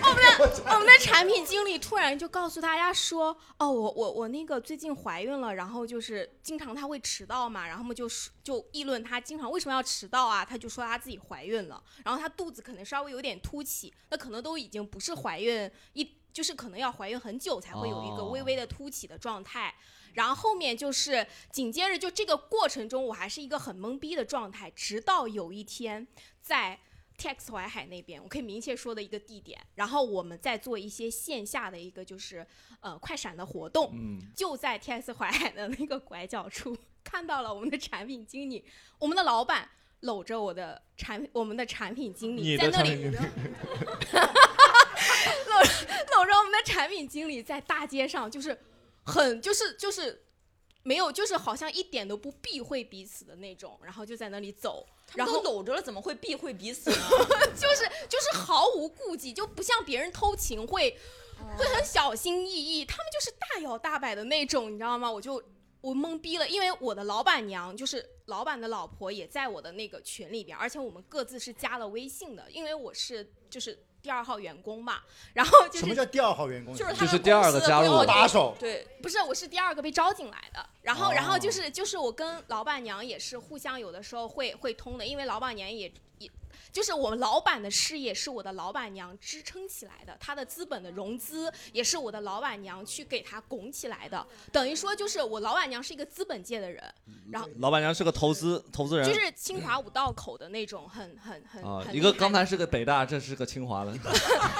[SPEAKER 5] 我们
[SPEAKER 8] 我们的产品经理突然就告诉大家说：“哦，我我我那个最近怀孕了，然后就是经常她会迟到嘛，然后我们就说就议论她经常为什么要迟到啊？她就说她自己怀孕了，然后她肚子可能稍微有点凸起，那可能都已经不是怀孕一，就是可能要怀孕很久才会有一个
[SPEAKER 4] 哦
[SPEAKER 8] 微微的凸起的状态。然后后面就是紧接着就这个过程中，我还是一个很懵逼的状态，直到有一天在 Tex 淮海那边，我可以明确说的一个地点，然后我们再做一些线下的一个就是呃快闪的活动，
[SPEAKER 4] 嗯，
[SPEAKER 8] 就在 Tex 淮海的那个拐角处 [LAUGHS] 看到了我们的产品经理，我们的老板搂着我的产我们的产品经理
[SPEAKER 4] 你
[SPEAKER 8] 在
[SPEAKER 4] 的
[SPEAKER 8] 那
[SPEAKER 4] 产
[SPEAKER 8] 里
[SPEAKER 4] 品经理，
[SPEAKER 8] 搂着我们的产品经理在大街上，就是很就是就是没有，就是好像一点都不避讳彼此的那种，然后就在那里走，
[SPEAKER 10] 他
[SPEAKER 8] 然
[SPEAKER 10] 们
[SPEAKER 8] 后
[SPEAKER 10] 都搂
[SPEAKER 8] [LAUGHS]
[SPEAKER 10] 着了，怎么会避讳彼此呢？
[SPEAKER 8] 就是就是毫无顾忌，就不像别人偷情会会很小心翼翼，他们就是大摇大摆的那种，你知道吗？我就我懵逼了，因为我的老板娘就是老板的老婆也在我的那个群里边，而且我们各自是加了微信的，因为我是就是第二号员工嘛，然后就
[SPEAKER 5] 什么
[SPEAKER 8] 是
[SPEAKER 5] 叫第二号员工？
[SPEAKER 10] 就是他
[SPEAKER 4] 就
[SPEAKER 10] 们
[SPEAKER 4] 是第二个
[SPEAKER 10] 公司
[SPEAKER 4] 加入
[SPEAKER 10] 不要
[SPEAKER 4] 的
[SPEAKER 5] 打手，
[SPEAKER 10] 对，
[SPEAKER 8] 不是，我是第二个被招进来的。然后，然
[SPEAKER 5] 哦
[SPEAKER 8] 后就是就是我跟老板娘也是互相有的时候会会通的，因为老板娘也也就是我们老板的事业是我的老板娘支撑起来的，她的资本的融资也是我的老板娘去给她拱起来的，等于说就是我老板娘是一个资本界的人，
[SPEAKER 4] 老板娘是个投资投资人，
[SPEAKER 8] 就是清华五道口的那种很很很
[SPEAKER 4] 啊，
[SPEAKER 8] 很
[SPEAKER 4] 一个
[SPEAKER 8] 厉害
[SPEAKER 4] 刚
[SPEAKER 8] 的
[SPEAKER 4] 才是个北大，这是个清华的，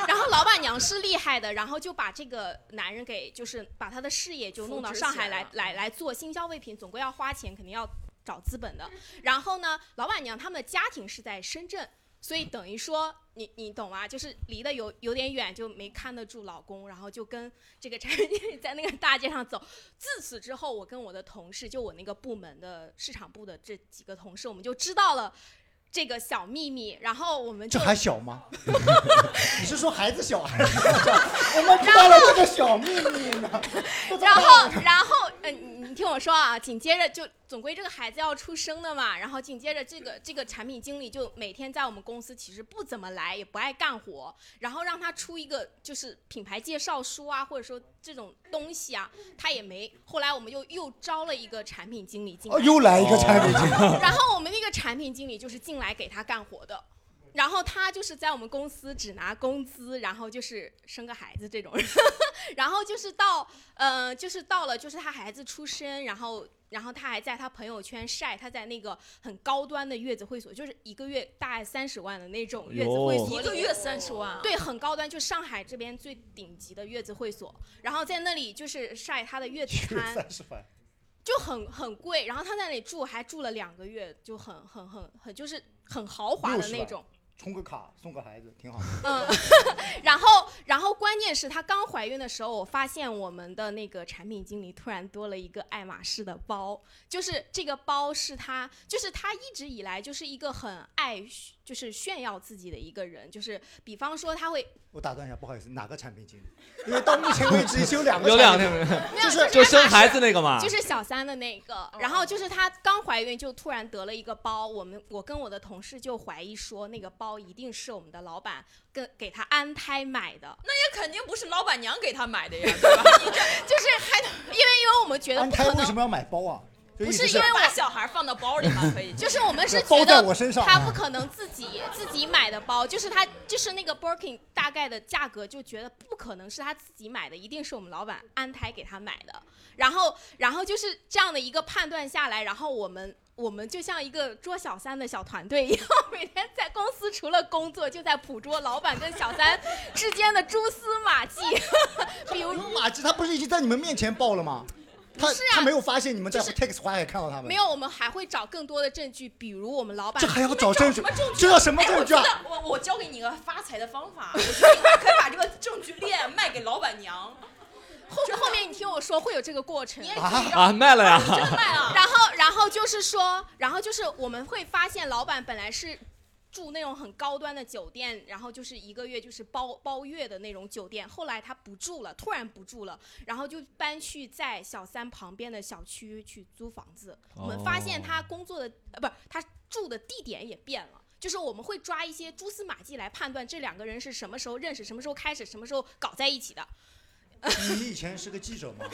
[SPEAKER 8] 然后老板娘是厉害的，然后就把这个男人给，就是把他的事业就弄到上海来
[SPEAKER 10] 扶，持起来
[SPEAKER 8] 来来做新消费品，总归要花钱，肯定要找资本的。然后呢，老板娘他们的家庭是在深圳，所以等于说你你懂吗？就是离得有有点远，就没看得住老公，然后就跟这个产品经理在那个大街上走。自此之后，我跟我的同事，就我那个部门的市场部的这几个同事，我们就知道了这个小秘密，然后我们
[SPEAKER 5] 这
[SPEAKER 8] 就
[SPEAKER 5] 还小 [LAUGHS] 吗？你是说孩子小还是怎么着？我们知道了这个小秘密呢。
[SPEAKER 8] [LAUGHS] 然后，然后，嗯、你你听我说啊，紧接着就总归这个孩子要出生的嘛， [LAUGHS] 然后紧接着这个这个产品经理就每天在我们公司其实不怎么来，也不爱干活，然后让他出一个就是品牌介绍书啊，或者说这种东西啊，他也没。后来我们又又招了一个产品经理进来，
[SPEAKER 5] 哦，又来一个产品经理，
[SPEAKER 8] 然后我们那个产品经理就是进来给他干活的。然后他就是在我们公司只拿工资，然后就是生个孩子这种人， [LAUGHS] 然后就是到，呃，就是到了，就是他孩子出生，然后，然后他还在他朋友圈晒他在那个很高端的月子会所，就是一个月大概三十万的那种月子会所，
[SPEAKER 3] 一个月三十万啊，
[SPEAKER 8] 对，很高端，就上海这边最顶级的月子会所，然后在那里就是晒他的月子餐，
[SPEAKER 5] [LAUGHS] 三十万，
[SPEAKER 8] 就很很贵，然后他在那里住还住了两个月，就很很很很就是很豪华的那种。
[SPEAKER 5] 充个卡送个孩子挺好的。
[SPEAKER 8] 嗯，然后然后关键是她刚怀孕的时候，我发现我们的那个产品经理突然多了一个爱马仕的包，就是这个包是她，就是她一直以来就是一个很爱就是炫耀自己的一个人，就是比方说她会
[SPEAKER 5] 我打断一下，不好意思，哪个产品经理？因为到目前为止有两个
[SPEAKER 4] 有两
[SPEAKER 5] 产
[SPEAKER 4] 个
[SPEAKER 5] 品经理，
[SPEAKER 8] 没有
[SPEAKER 4] 就生孩子那个嘛，
[SPEAKER 8] 就是小三的那
[SPEAKER 3] 哦
[SPEAKER 8] 个，然后就是她刚怀孕就突然得了一个包，我们我跟我的同事就怀疑说那个包一定是我们的老板跟给她安胎买的，
[SPEAKER 3] 那也肯定不是老板娘给他买的呀，对吧？你这
[SPEAKER 8] [LAUGHS] 就是还因为因为我们觉得
[SPEAKER 5] 安
[SPEAKER 8] 不
[SPEAKER 5] 胎
[SPEAKER 8] 可
[SPEAKER 5] 为什
[SPEAKER 8] 能，
[SPEAKER 5] 么要买包啊？就
[SPEAKER 8] 不
[SPEAKER 5] 意思
[SPEAKER 8] 是
[SPEAKER 5] 是
[SPEAKER 8] 因为我
[SPEAKER 3] 把小孩放到包里嘛，可以。
[SPEAKER 8] [LAUGHS] 就是我们是
[SPEAKER 5] 包
[SPEAKER 8] 觉
[SPEAKER 5] 在
[SPEAKER 8] 得
[SPEAKER 5] 我身上啊
[SPEAKER 8] 他不可能自己自己买的包，就是他就是那个 Birkin 大概的价格，就觉得不可能是他自己买的，一定是我们老板安排给他买的。然后，然后就是这样的一个判断下来，然后我们我们就像一个捉小三的小团队一样， [LAUGHS] 每天在公司除了工作，就在捕捉老板跟小三之间的蛛丝马迹。 [LAUGHS] 比如
[SPEAKER 5] 马志他不是已经在你们面前报了吗？他、
[SPEAKER 8] 是啊
[SPEAKER 5] 他没有发现你们在 text 花海看到他们，
[SPEAKER 8] 没有，我们还会找更多的证据，比如我们老板
[SPEAKER 5] 这还要找证据
[SPEAKER 3] 你们找什么证？据
[SPEAKER 5] 这叫什么
[SPEAKER 3] 哎，我
[SPEAKER 5] 证据
[SPEAKER 3] 觉
[SPEAKER 5] 啊？
[SPEAKER 3] 得我我教给你一个发财的方法，我觉得你可以把这个证据链卖给老板娘，
[SPEAKER 8] 后后面你听我说会有这个过程。
[SPEAKER 3] 你也可以让
[SPEAKER 4] 啊卖了呀，
[SPEAKER 3] 真卖啊。
[SPEAKER 8] 然后，然后就是说，然后就是我们会发现，老板本来是住那种很高端的酒店，然后就是一个月就是包包月的那种酒店。后来他不住了，突然不住了，然后就搬去在小三旁边的小区去租房子。我们发现他工作的呃，不是他住的地点也变了。就是我们会抓一些蛛丝马迹来判断这两个人是什么时候认识、什么时候开始、什么时候搞在一起的。
[SPEAKER 5] 你以前是个记者吗？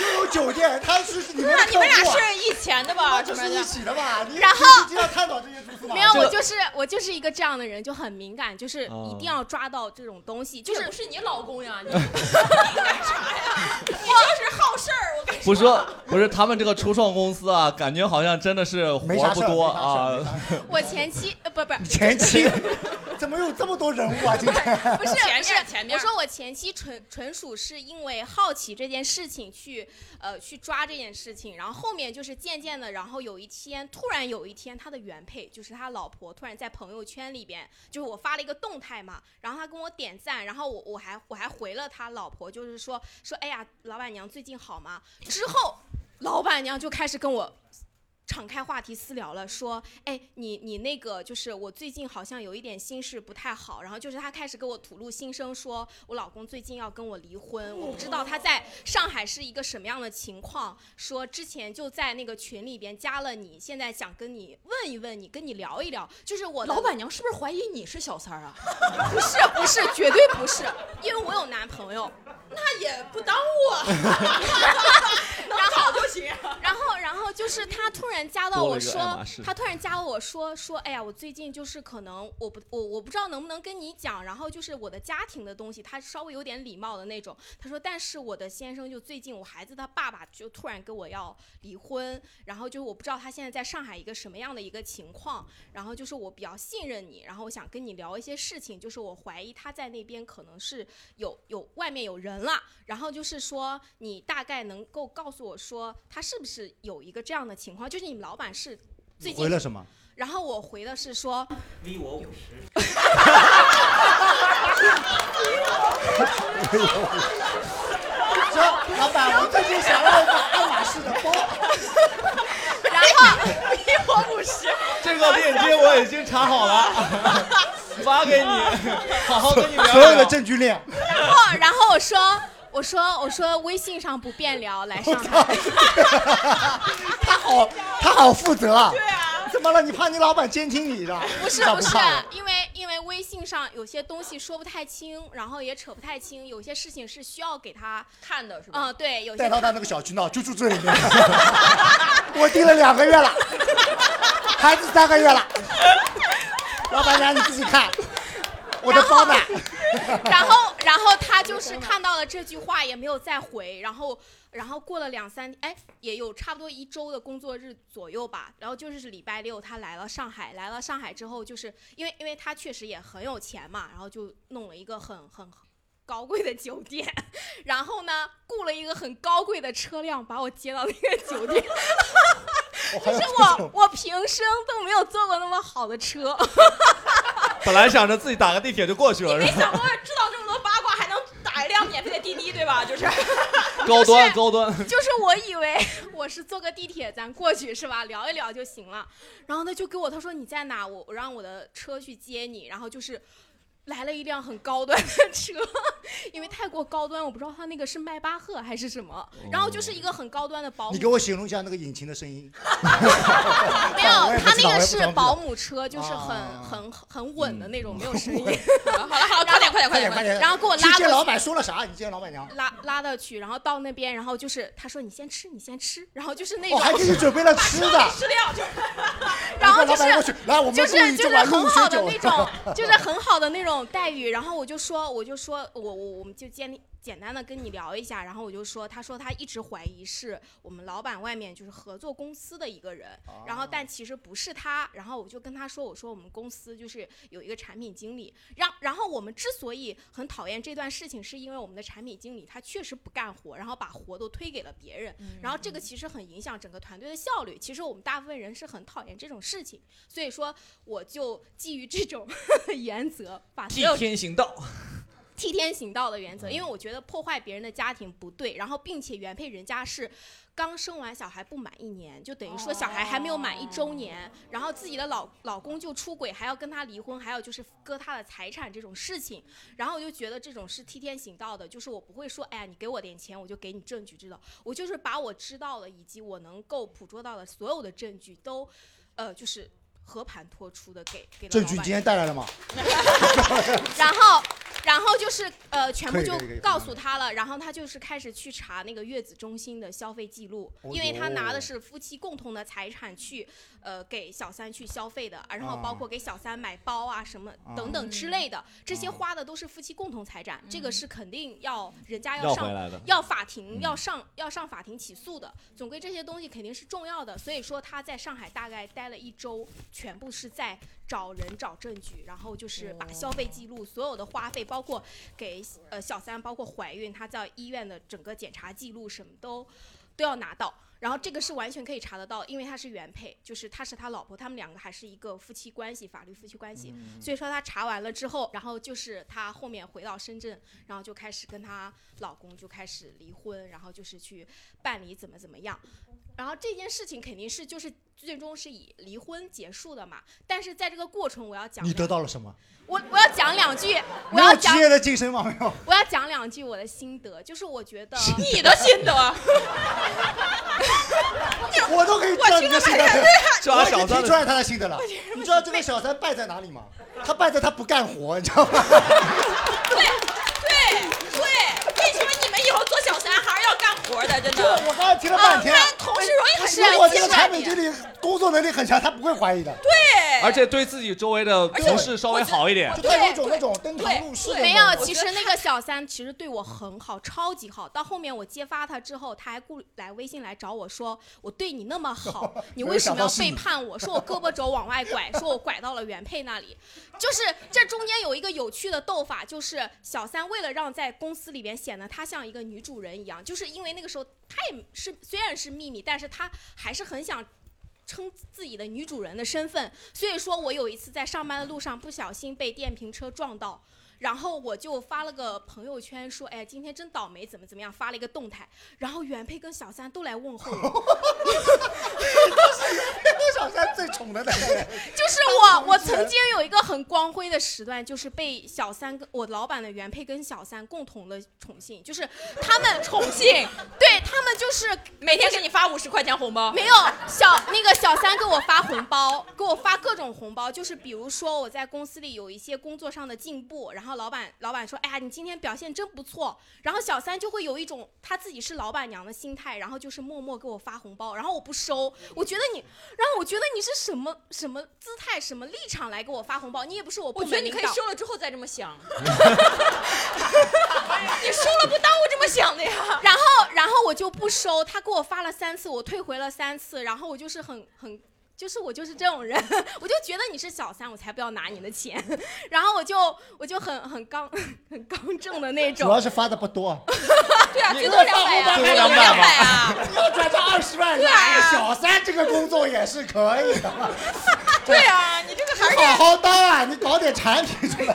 [SPEAKER 5] 又有酒店，他是你们的
[SPEAKER 3] 那你们俩
[SPEAKER 5] 客户啊
[SPEAKER 3] 是以前的吧？
[SPEAKER 5] 这
[SPEAKER 3] 怎么
[SPEAKER 5] 是一
[SPEAKER 3] 的？
[SPEAKER 5] 起的吧？你
[SPEAKER 8] 然后
[SPEAKER 5] 平时就要探啊讨这些蛛丝马迹
[SPEAKER 8] 没有，
[SPEAKER 4] 这
[SPEAKER 8] 我
[SPEAKER 4] 个
[SPEAKER 8] 就是我就是一个这样的人，就很敏感，就是一定要抓到这种东西，就
[SPEAKER 3] 这
[SPEAKER 8] 是
[SPEAKER 3] 不是你老公呀？你你干啥呀？你就是好事儿，我跟你
[SPEAKER 4] [LAUGHS] 不是说不是他们这个初创公司啊，感觉好像真的是活
[SPEAKER 5] 没
[SPEAKER 4] 儿
[SPEAKER 5] 啥
[SPEAKER 4] 不
[SPEAKER 5] 事儿
[SPEAKER 4] 多
[SPEAKER 5] 没啥事儿没
[SPEAKER 4] 啊，
[SPEAKER 5] 啥事儿
[SPEAKER 8] 我前妻呃不不
[SPEAKER 5] [LAUGHS] 前期怎么有这么多人物啊？今天
[SPEAKER 8] 不是
[SPEAKER 3] 前
[SPEAKER 8] 不
[SPEAKER 3] 面
[SPEAKER 8] 是
[SPEAKER 3] 前面
[SPEAKER 8] 我说我前妻纯纯属是因为好奇这件事情去呃去抓这件事情，然后后面就是渐渐的，然后有一天突然有一天他的原配就是他老婆突然在朋友圈里边，就是我发了一个动态嘛，然后他跟我点赞，然后我我还我还回了他老婆，就是说说哎呀老板娘最近好吗？之后老板娘就开始跟我敞开话题私聊了，说，哎，你你那个就是我最近好像有一点心事不太好，然后就是她开始给我吐露心声说，我老公最近要跟我离婚，我不知道他在上海是一个什么样的情况，说之前就在那个群里边加了你，现在想跟你问一问你，跟你聊一聊，就是我的
[SPEAKER 3] 老板娘是不是怀疑你是小三儿啊？
[SPEAKER 8] 不是不是绝对不是，因为我有男朋友，
[SPEAKER 3] 那也不耽 [LAUGHS] 误啊，能找就行。
[SPEAKER 8] 然后，然后就是他突然加到
[SPEAKER 4] 多了
[SPEAKER 8] 我
[SPEAKER 4] 一个
[SPEAKER 8] 说
[SPEAKER 4] 爱马仕，
[SPEAKER 8] 他突然加我说说，哎呀，我最近就是可能我不我我不知道能不能跟你讲，然后就是我的家庭的东西，他稍微有点礼貌的那种。他说，但是我的先生就最近我孩子他爸爸就突然跟我要离婚，然后就是我不知道他现在在上海一个什么样的一个情况，然后就是我比较信任你，然后我想跟你聊一些事情，就是我怀疑他在那边可能是有有外面有人了，然后就是说你大概能够告诉我说他是不是有一个这样的情况，就是你们老板是最近
[SPEAKER 5] 回，了什么？
[SPEAKER 8] 然后我回的是说，
[SPEAKER 5] 说老板，我最近想要一个爱马仕的包，
[SPEAKER 8] 然后
[SPEAKER 4] 这个链接我已经查好了，发给你，好好跟你聊聊。
[SPEAKER 5] 所有的证据链。
[SPEAKER 8] 然后哦然后我说我说我说微信上不便聊，来上海。
[SPEAKER 5] 他好，他好负责啊！对啊，怎么了？你怕你老板监听你是吧？
[SPEAKER 8] 不是
[SPEAKER 5] 咋
[SPEAKER 8] 不是
[SPEAKER 5] 怕了，
[SPEAKER 8] 因为因为微信上有些东西说不太清，然后也扯不太清，有些事情是需要给他，
[SPEAKER 3] 看的是吧？
[SPEAKER 8] 嗯、对，有
[SPEAKER 5] 带
[SPEAKER 8] 些
[SPEAKER 5] 到他那个小区闹，就住这里面。 [LAUGHS] 我订了两个月了，孩子三个月了，老板娘你自己看，我的包呢？
[SPEAKER 8] [LAUGHS] 然后，然后他就是看到了这句话，也没有再回。然后，然后过了两三，哎，也有差不多一周的工作日左右吧。然后就是礼拜六，他来了上海，来了上海之后，就是因为因为他确实也很有钱嘛，然后就弄了一个很很高贵的酒店，然后呢，雇了一个很高贵的车辆把我接到那个酒店。
[SPEAKER 5] [LAUGHS] 我还有
[SPEAKER 8] 是
[SPEAKER 5] 这
[SPEAKER 8] 我
[SPEAKER 5] 种，
[SPEAKER 8] 我平生都没有坐过那么好的车，
[SPEAKER 4] 本来想着自己打个地铁就过去了，
[SPEAKER 10] 没
[SPEAKER 4] 是吧？
[SPEAKER 10] 想过知道这么多八卦，还能打一辆免费的滴滴，对吧？就是
[SPEAKER 4] 高端高端，
[SPEAKER 8] [LAUGHS] 就是我以为我是坐个地铁咱过去是吧，聊一聊就行了。然后他就给我他说你在哪？我我让我的车去接你。然后就是来了一辆很高端的车，因为泰国高端，我不知道他那个是迈巴赫还是什么。然后就是一个很高端的保姆
[SPEAKER 5] 哦你给，我形容一下那个引擎的声音。
[SPEAKER 8] [LAUGHS] 没有
[SPEAKER 5] [LAUGHS] 我也，不
[SPEAKER 8] 他
[SPEAKER 5] 知
[SPEAKER 8] 那
[SPEAKER 5] 道
[SPEAKER 8] 个
[SPEAKER 5] 我也不知
[SPEAKER 8] 是
[SPEAKER 5] 道
[SPEAKER 8] 保姆车，就是很
[SPEAKER 5] 啊
[SPEAKER 8] 很很稳的那种，没有声音。 [LAUGHS]
[SPEAKER 10] 好了好了，快点快点快
[SPEAKER 5] 快点
[SPEAKER 10] 点
[SPEAKER 5] 快点，
[SPEAKER 8] 然后给我
[SPEAKER 5] 去
[SPEAKER 8] 拉
[SPEAKER 5] 见
[SPEAKER 8] 过
[SPEAKER 5] 老板说了啥？你见老板娘，
[SPEAKER 8] 拉拉到去，然后到那边，然后就是他说你先吃，你先吃，然后就是那种，
[SPEAKER 5] 我哦还给你准备了吃
[SPEAKER 8] [LAUGHS]
[SPEAKER 5] 的。
[SPEAKER 10] 吃料
[SPEAKER 5] [LAUGHS]
[SPEAKER 10] 就是
[SPEAKER 8] 然后
[SPEAKER 5] 你跟
[SPEAKER 8] 就
[SPEAKER 5] 老板过
[SPEAKER 8] 是
[SPEAKER 5] 去，来，我们
[SPEAKER 8] 就
[SPEAKER 5] 注
[SPEAKER 8] 是
[SPEAKER 5] 意
[SPEAKER 8] 就
[SPEAKER 5] 今
[SPEAKER 8] 是
[SPEAKER 5] 晚录
[SPEAKER 8] 很
[SPEAKER 5] 一
[SPEAKER 8] 好
[SPEAKER 5] 些
[SPEAKER 8] 的
[SPEAKER 5] 酒。
[SPEAKER 8] 那种，就是很好的那种待遇。然后我就说，我就说我我我们就简简单的跟你聊一下，然后我就说，他说他一直怀疑是我们老板外面就是合作公司的一个人，然后但其实不是他。然后我就跟他说，我说我们公司就是有一个产品经理，让然后我们之所以很讨厌这段事情，是因为我们的产品经理他确实不干活，然后把活都推给了别人，然后这个其实很影响整个团队的效率。其实我们大部分人是很讨厌这种事情，所以说我就基于这种 [LAUGHS] 原则，把所
[SPEAKER 4] 替
[SPEAKER 8] 有
[SPEAKER 4] 天行道，
[SPEAKER 8] 替天行道的原
[SPEAKER 5] 嗯
[SPEAKER 8] 则，因为我觉得破坏别人的家庭不对，然后并且原配人家是刚生完小孩不满一年，就等于说小孩还没有满一周
[SPEAKER 5] 哦
[SPEAKER 8] 年，然后自己的老老公就出轨，还要跟她离婚，还有就是割她的财产这种事情，然后我就觉得这种是替天行道的，就是我不会说，哎呀，你给我点钱，我就给你证据知道，我就是把我知道的以及我能够捕捉到的所有的证据都，呃，就是和盘托出的给给了
[SPEAKER 5] 证
[SPEAKER 8] 老
[SPEAKER 5] 据你
[SPEAKER 8] 板
[SPEAKER 5] 今天带来了吗？
[SPEAKER 8] 然后，然后就是呃，全部
[SPEAKER 5] 可以
[SPEAKER 8] 就
[SPEAKER 5] 可以可以
[SPEAKER 8] 告诉他了。然后他就是开始去查那个月子中心的消费记录，
[SPEAKER 5] 哦
[SPEAKER 8] 因为他拿的
[SPEAKER 5] 哟
[SPEAKER 8] 是夫妻共同的财产去呃给小三去消费的，啊然后
[SPEAKER 5] 啊
[SPEAKER 8] 包括给小三买包啊什么等等之类的，这些
[SPEAKER 5] 啊
[SPEAKER 8] 花的都是夫妻共同财产，
[SPEAKER 5] 嗯
[SPEAKER 8] 这个是肯定要人家
[SPEAKER 4] 要
[SPEAKER 8] 要
[SPEAKER 4] 回
[SPEAKER 8] 上
[SPEAKER 4] 来的。
[SPEAKER 8] 要法庭要上要上法庭起诉的，总归这些东西肯定是重要的。所以说他在上海大概待了一周，全部是在找人找证据，然后就是把消费记录、所有的花费，包括给呃小三，包括怀孕，她在医院的整个检查记录什么都都要拿到。然后这个是完全可以查得到，因为他是原配，就是他是他老婆，他们两个还是一个夫妻关系，法律夫妻关
[SPEAKER 5] 嗯
[SPEAKER 8] 系。所以说他查完了之后，然后就是他后面回到深圳，然后就开始跟她老公就开始离婚，然后就是去办理怎么怎么样。然后这件事情肯定是就是最终是以离婚结束的嘛，但是在这个过程我要讲
[SPEAKER 5] 你
[SPEAKER 8] 两，
[SPEAKER 5] 得到了什么？
[SPEAKER 8] 我我要讲两句，我
[SPEAKER 5] 没
[SPEAKER 8] 要
[SPEAKER 5] 有
[SPEAKER 8] 讲
[SPEAKER 5] 职业的晋升吗？没有。
[SPEAKER 8] 我要讲两句我的心得，就是我觉得 [LAUGHS]
[SPEAKER 10] 你的心得，
[SPEAKER 5] [LAUGHS] 我都可以知道你的心得， [LAUGHS]
[SPEAKER 4] 抓
[SPEAKER 5] 我已
[SPEAKER 4] 小三
[SPEAKER 5] 经听
[SPEAKER 4] 的
[SPEAKER 5] 出来他的心得了。你知道这个小三败在哪里吗？他败在他不干活，你知道
[SPEAKER 10] [LAUGHS]
[SPEAKER 5] 吗？
[SPEAKER 10] 对对，为什么你们以后做小三还是要干活的？真的，
[SPEAKER 5] 我刚才听了
[SPEAKER 10] 啊
[SPEAKER 5] 半
[SPEAKER 10] 不
[SPEAKER 5] 天。哎
[SPEAKER 10] 然同事容易很
[SPEAKER 5] 如果
[SPEAKER 10] 生
[SPEAKER 5] 这
[SPEAKER 10] 气
[SPEAKER 5] 个产品
[SPEAKER 10] 的
[SPEAKER 5] 经。理工作能力很强，他不会怀疑的。
[SPEAKER 10] 啊对，
[SPEAKER 4] 而且对自己周围的
[SPEAKER 10] 且我
[SPEAKER 4] 同事稍微好一点。
[SPEAKER 5] 就他有一种那种登堂入室的
[SPEAKER 8] 没
[SPEAKER 5] 那
[SPEAKER 8] 有，
[SPEAKER 5] 种。
[SPEAKER 8] 其实那个小三其实对我很好，超级好。到后面我揭发他之后，他还故来微信来找我说，我对你那么好，你为什么要背叛我？说我胳膊肘往外拐，说我拐到了原配那里。就是这中间有一个有趣的斗法，就是小三为了让在公司里边显得她像一个女主人一样，就是因为那个时候她也是虽然是秘密，但是她还是很想称自己的女主人的身份，所以说我有一次在上班的路上不小心被电瓶车撞到。然后我就发了个朋友圈，说：“哎，今天真倒霉，怎么怎么样？”发了一个动态，然后原配跟小三都来问候我，
[SPEAKER 5] 小三最宠的那个，
[SPEAKER 8] 就是我，我曾经有一个很光辉的时段，就是被小三跟我老板的原配跟小三共同的宠幸，就是他们宠幸，对他们就是
[SPEAKER 10] 每天给你发五十块钱红包，
[SPEAKER 8] 没有小那个小三给我发红包，给我发各种红包，就是比如说我在公司里有一些工作上的进步，然后老板老板说，哎呀，你今天表现真不错，然后小三就会有一种她自己是老板娘的心态，然后就是默默给我发红包，然后我不收，我觉得你，然后我觉得你是什么什么姿态、什么立场来给我发红包？你也不是我部
[SPEAKER 10] 我觉得
[SPEAKER 8] 门
[SPEAKER 10] 你
[SPEAKER 8] 领
[SPEAKER 10] 可以
[SPEAKER 8] 导。
[SPEAKER 10] 收了之后再这么
[SPEAKER 8] [LAUGHS]
[SPEAKER 10] 想，你收了不当我这么想的呀。
[SPEAKER 8] 然后，然后我就不收，他给我发了三次，我退回了三次，然后我就是很很。就是我就是这种人， [LAUGHS] 我就觉得你是小三，我才不要拿你的钱。 [LAUGHS] 然后我就我就很很刚 [LAUGHS] 很刚正的那
[SPEAKER 5] 主要
[SPEAKER 8] 种，
[SPEAKER 5] 是发的不多，
[SPEAKER 10] [LAUGHS] 对啊，最多两百呀，
[SPEAKER 5] 你
[SPEAKER 10] 最多
[SPEAKER 5] [LAUGHS] 你
[SPEAKER 10] 两百啊。
[SPEAKER 5] 要转账二十万，哎小三这个工作也是可以的嘛。
[SPEAKER 10] 对啊，你这个还是
[SPEAKER 5] 你好好当啊，你搞点产品出来。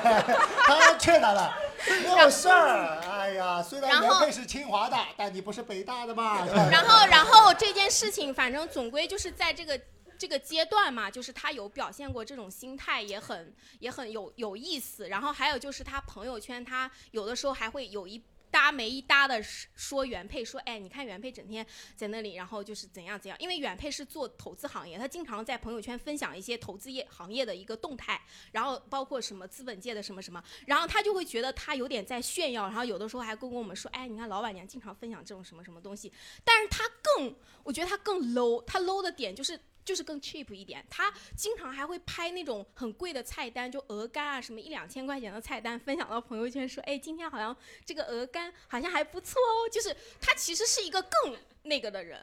[SPEAKER 5] 他要劝他了，没有事儿。哎呀，虽然
[SPEAKER 8] 然
[SPEAKER 5] 原
[SPEAKER 8] 后
[SPEAKER 5] 配是清华的，但你不是北大的嘛。
[SPEAKER 8] 然后，然后这件事情，反正总归就是在这个这个阶段嘛，就是他有表现过这种心态，也很也很有有意思。然后还有就是他朋友圈，他有的时候还会有一。搭没一搭的说原配说，哎，你看原配整天在那里，然后就是怎样怎样，因为原配是做投资行业，他经常在朋友圈分享一些投资业行业的一个动态，然后包括什么资本界的什么什么，然后他就会觉得他有点在炫耀，然后有的时候还跟我们说，哎，你看老板娘经常分享这种什么什么东西，但是他更，我觉得他更 low，他 low 的点就是。就是更 cheap 一点，他经常还会拍那种很贵的菜单，就鹅肝啊什么一两千块钱的菜单，分享到朋友圈说，哎，今天好像这个鹅肝好像还不错哦。就是他其实是一个更那个的人，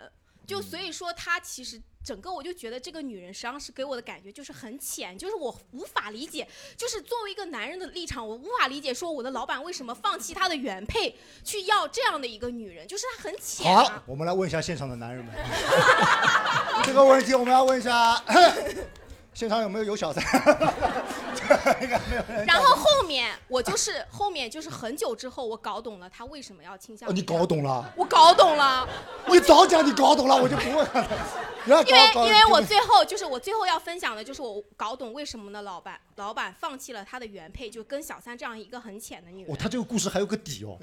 [SPEAKER 8] 就所以说他其实整个我就觉得这个女人实际上是给我的感觉就是很浅，就是我无法理解，就是作为一个男人的立场，我无法理解说我的老板为什么放弃他的原配去要这样的一个女人，就是她很浅、啊。
[SPEAKER 5] 好，我们来问一下现场的男人们，这个问题我们要问一下， [LAUGHS] 现场有没有有小三？应该没有人。
[SPEAKER 8] 然后后面我就是后面就是很久之后，我搞懂了他为什么要倾向、
[SPEAKER 5] 哦，你搞，懂了，
[SPEAKER 8] 我搞懂 [LAUGHS] 了，
[SPEAKER 5] 你早讲你搞懂了，我就不问了。因
[SPEAKER 8] 因为因为我最后就是我最后要分享的就是我搞懂为什么呢？老板老板放弃了他的原配，就跟小三这样一个很浅的女
[SPEAKER 5] 哦，
[SPEAKER 8] 人，
[SPEAKER 5] 他这个故事还有个底哦，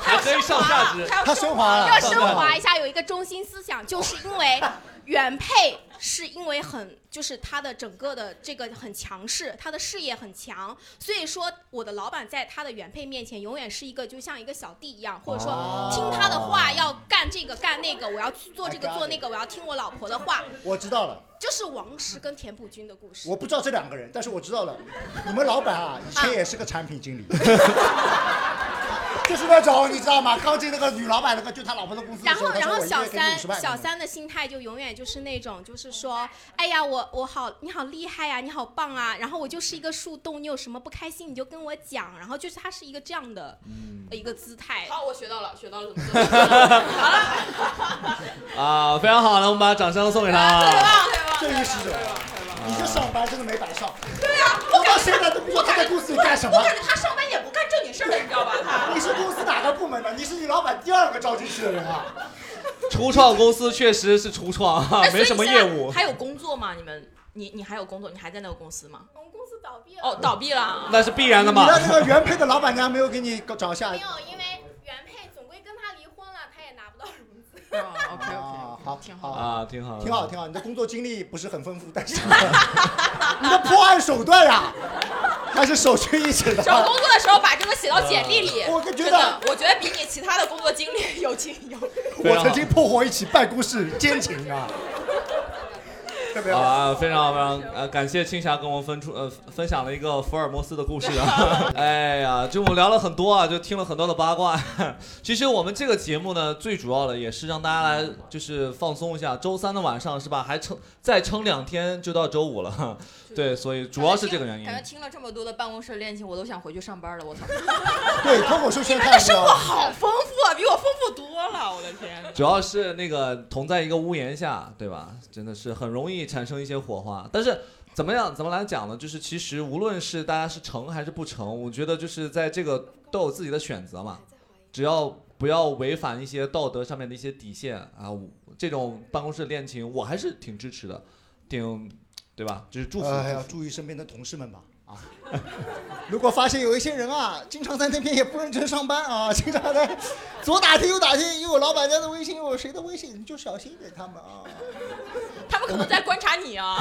[SPEAKER 4] 还可以上下级。
[SPEAKER 5] 啊他升华了，
[SPEAKER 8] 要升华一下，有一个中心思想，就是因
[SPEAKER 5] [LAUGHS]
[SPEAKER 8] 为原配是因为很就是他的整个的这个很强势，他的事业很强，所以说我的老板在他的原配面前永远是一个就像一个小弟一样，或者说听他的话要干这个干那个，我要去做这个
[SPEAKER 5] 哦 I got it
[SPEAKER 8] 做那个，我要听我老婆的话，
[SPEAKER 5] 我知道了，
[SPEAKER 8] 就是王石跟田朴珺的故事
[SPEAKER 5] 我。不知道这两个人，但是我知道了，你们老板啊，以前也是个产品经理。 [LAUGHS] 就是那种你知道吗？刚进那个女老板那个，就他老婆的公司的
[SPEAKER 8] 然
[SPEAKER 5] 时候。
[SPEAKER 8] 后，然后小
[SPEAKER 5] 他说我一个月给你
[SPEAKER 8] 三
[SPEAKER 5] 50万
[SPEAKER 8] 小三的心态就永远就是那种，就是说，哎呀，我我好，你好厉害呀、你好棒啊，然后我就是一个树洞，你有什么不开心你就跟我讲，然后就是他是一个这样的
[SPEAKER 5] 嗯
[SPEAKER 8] 一个姿态。啊
[SPEAKER 10] 好，我学到了，学到了怎么做。好了，
[SPEAKER 4] 啊，非常好，来我们把掌声送给
[SPEAKER 10] 对
[SPEAKER 8] 啊
[SPEAKER 4] 他。
[SPEAKER 10] 吧？对吧？
[SPEAKER 5] 这一是者，你这上班真的没白上。
[SPEAKER 10] 对
[SPEAKER 8] 啊
[SPEAKER 10] 呀，
[SPEAKER 5] 我到现在都不知道他在公司里干什么
[SPEAKER 10] 我。感觉他上班也不干正经事儿的，你知道
[SPEAKER 8] [LAUGHS]
[SPEAKER 10] 吧？他
[SPEAKER 5] 你是公司哪个部门的？你是你老板第二个招进去的人啊！
[SPEAKER 4] 初创公司确实是初创，哈，
[SPEAKER 10] 哎所以
[SPEAKER 4] 没
[SPEAKER 10] 你
[SPEAKER 4] 什么
[SPEAKER 10] 现在
[SPEAKER 4] 业务。
[SPEAKER 10] 还有工作吗？你们，你你还有工作？你还在那个公司吗？
[SPEAKER 8] 我们公司倒闭了
[SPEAKER 10] 哦，倒闭了啊。
[SPEAKER 4] 那是必然的嘛
[SPEAKER 5] 你。让那个原配的老板娘没有给你找下
[SPEAKER 8] 没有，因为原配总归跟他离婚了，他也拿不到融资。
[SPEAKER 10] [LAUGHS] 哦，OK
[SPEAKER 5] 啊
[SPEAKER 10] OK，
[SPEAKER 5] 好
[SPEAKER 10] 挺好。
[SPEAKER 5] 好
[SPEAKER 4] 啊，挺好，
[SPEAKER 5] 挺好，。挺好。你的工作经历不是很丰富，但是 [LAUGHS] 你的破案手段呀、还是首屈一指的。
[SPEAKER 10] 找工作的时候把这个写到简历里，
[SPEAKER 5] 呃我觉
[SPEAKER 10] 真
[SPEAKER 5] 得
[SPEAKER 10] 的，我觉得比你其他的工作经历有经有。
[SPEAKER 4] 非
[SPEAKER 5] 我
[SPEAKER 4] 常好
[SPEAKER 5] 曾经破获一起办公室奸情啊，特别好。
[SPEAKER 4] 啊，非常好，非常呃，感谢青霞跟我们分出呃分享了一个福尔摩斯的故事 [LAUGHS] 啊。哎呀，就我们聊了很多啊，就听了很多的八卦。 [LAUGHS] 其实我们这个节目呢，最主要的也是让大家来就是放松一下。周三的晚上是吧？还撑再撑两天就到周五了， [LAUGHS] 对，所以主要是这个原因
[SPEAKER 10] 感。觉听了这么多的办公室恋情，我都想回去上班了。我操，
[SPEAKER 5] 对，脱口秀圈看生活
[SPEAKER 10] 好丰富啊，比我丰富多了，我的天！
[SPEAKER 4] 主要是那个同在一个屋檐下，对吧？真的是很容易产生一些火花。但是怎么样，怎么来讲呢？就是其实无论是大家是成还是不成，我觉得就是在这个都有自己的选择嘛。只要不要违反一些道德上面的一些底线啊，我这种办公室恋情我还是挺支持的，挺对吧？就是祝福。
[SPEAKER 5] 哎呀，注意身边的同事们吧。啊，如果发现有一些人啊，经常在那边也不认真上班啊， [LAUGHS] 经常在左打听右打听，又有老板家的微信，又有谁的微信，你就小心一点他们啊。
[SPEAKER 10] 他们可能在观察你
[SPEAKER 5] [LAUGHS]
[SPEAKER 10] 啊。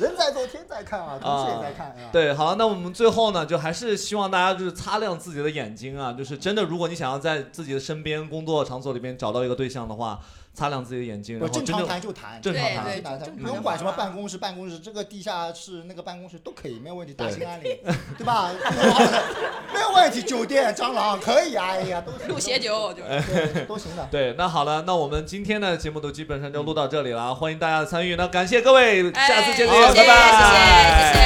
[SPEAKER 5] 人在做，天在看啊，同事也在看啊。
[SPEAKER 4] 对，好，那我们最后呢，就还是希望大家就是擦亮自己的眼睛啊，就是真的，如果你想要在自己的身边工作场所里面找到一个对象的话，擦亮自己的眼睛，
[SPEAKER 5] 我
[SPEAKER 4] 然后
[SPEAKER 5] 正
[SPEAKER 4] 真
[SPEAKER 5] 常
[SPEAKER 4] 的
[SPEAKER 5] 谈就谈，
[SPEAKER 4] 正常
[SPEAKER 3] 对
[SPEAKER 4] 谈
[SPEAKER 3] 对
[SPEAKER 5] 正常谈，
[SPEAKER 3] 正
[SPEAKER 5] 不用
[SPEAKER 3] 常
[SPEAKER 5] 管
[SPEAKER 3] 谈
[SPEAKER 5] 什么
[SPEAKER 3] 嘛
[SPEAKER 5] 办公室、办公室，这个地下室、那个办公室都可以，没有问题，大
[SPEAKER 4] 对
[SPEAKER 5] 兴安岭，对吧？ [LAUGHS] 没有问题，酒店、蟑螂可以，哎呀，都行
[SPEAKER 3] 录写，酒就是。
[SPEAKER 5] 对都行的。
[SPEAKER 4] 对，那好了，那我们今天的节目
[SPEAKER 5] 嗯
[SPEAKER 4] 都基本上就录到这里了，欢迎大家的参与，那感谢各位，下次见，
[SPEAKER 3] 哎
[SPEAKER 4] 拜拜，
[SPEAKER 3] 谢谢谢谢谢谢。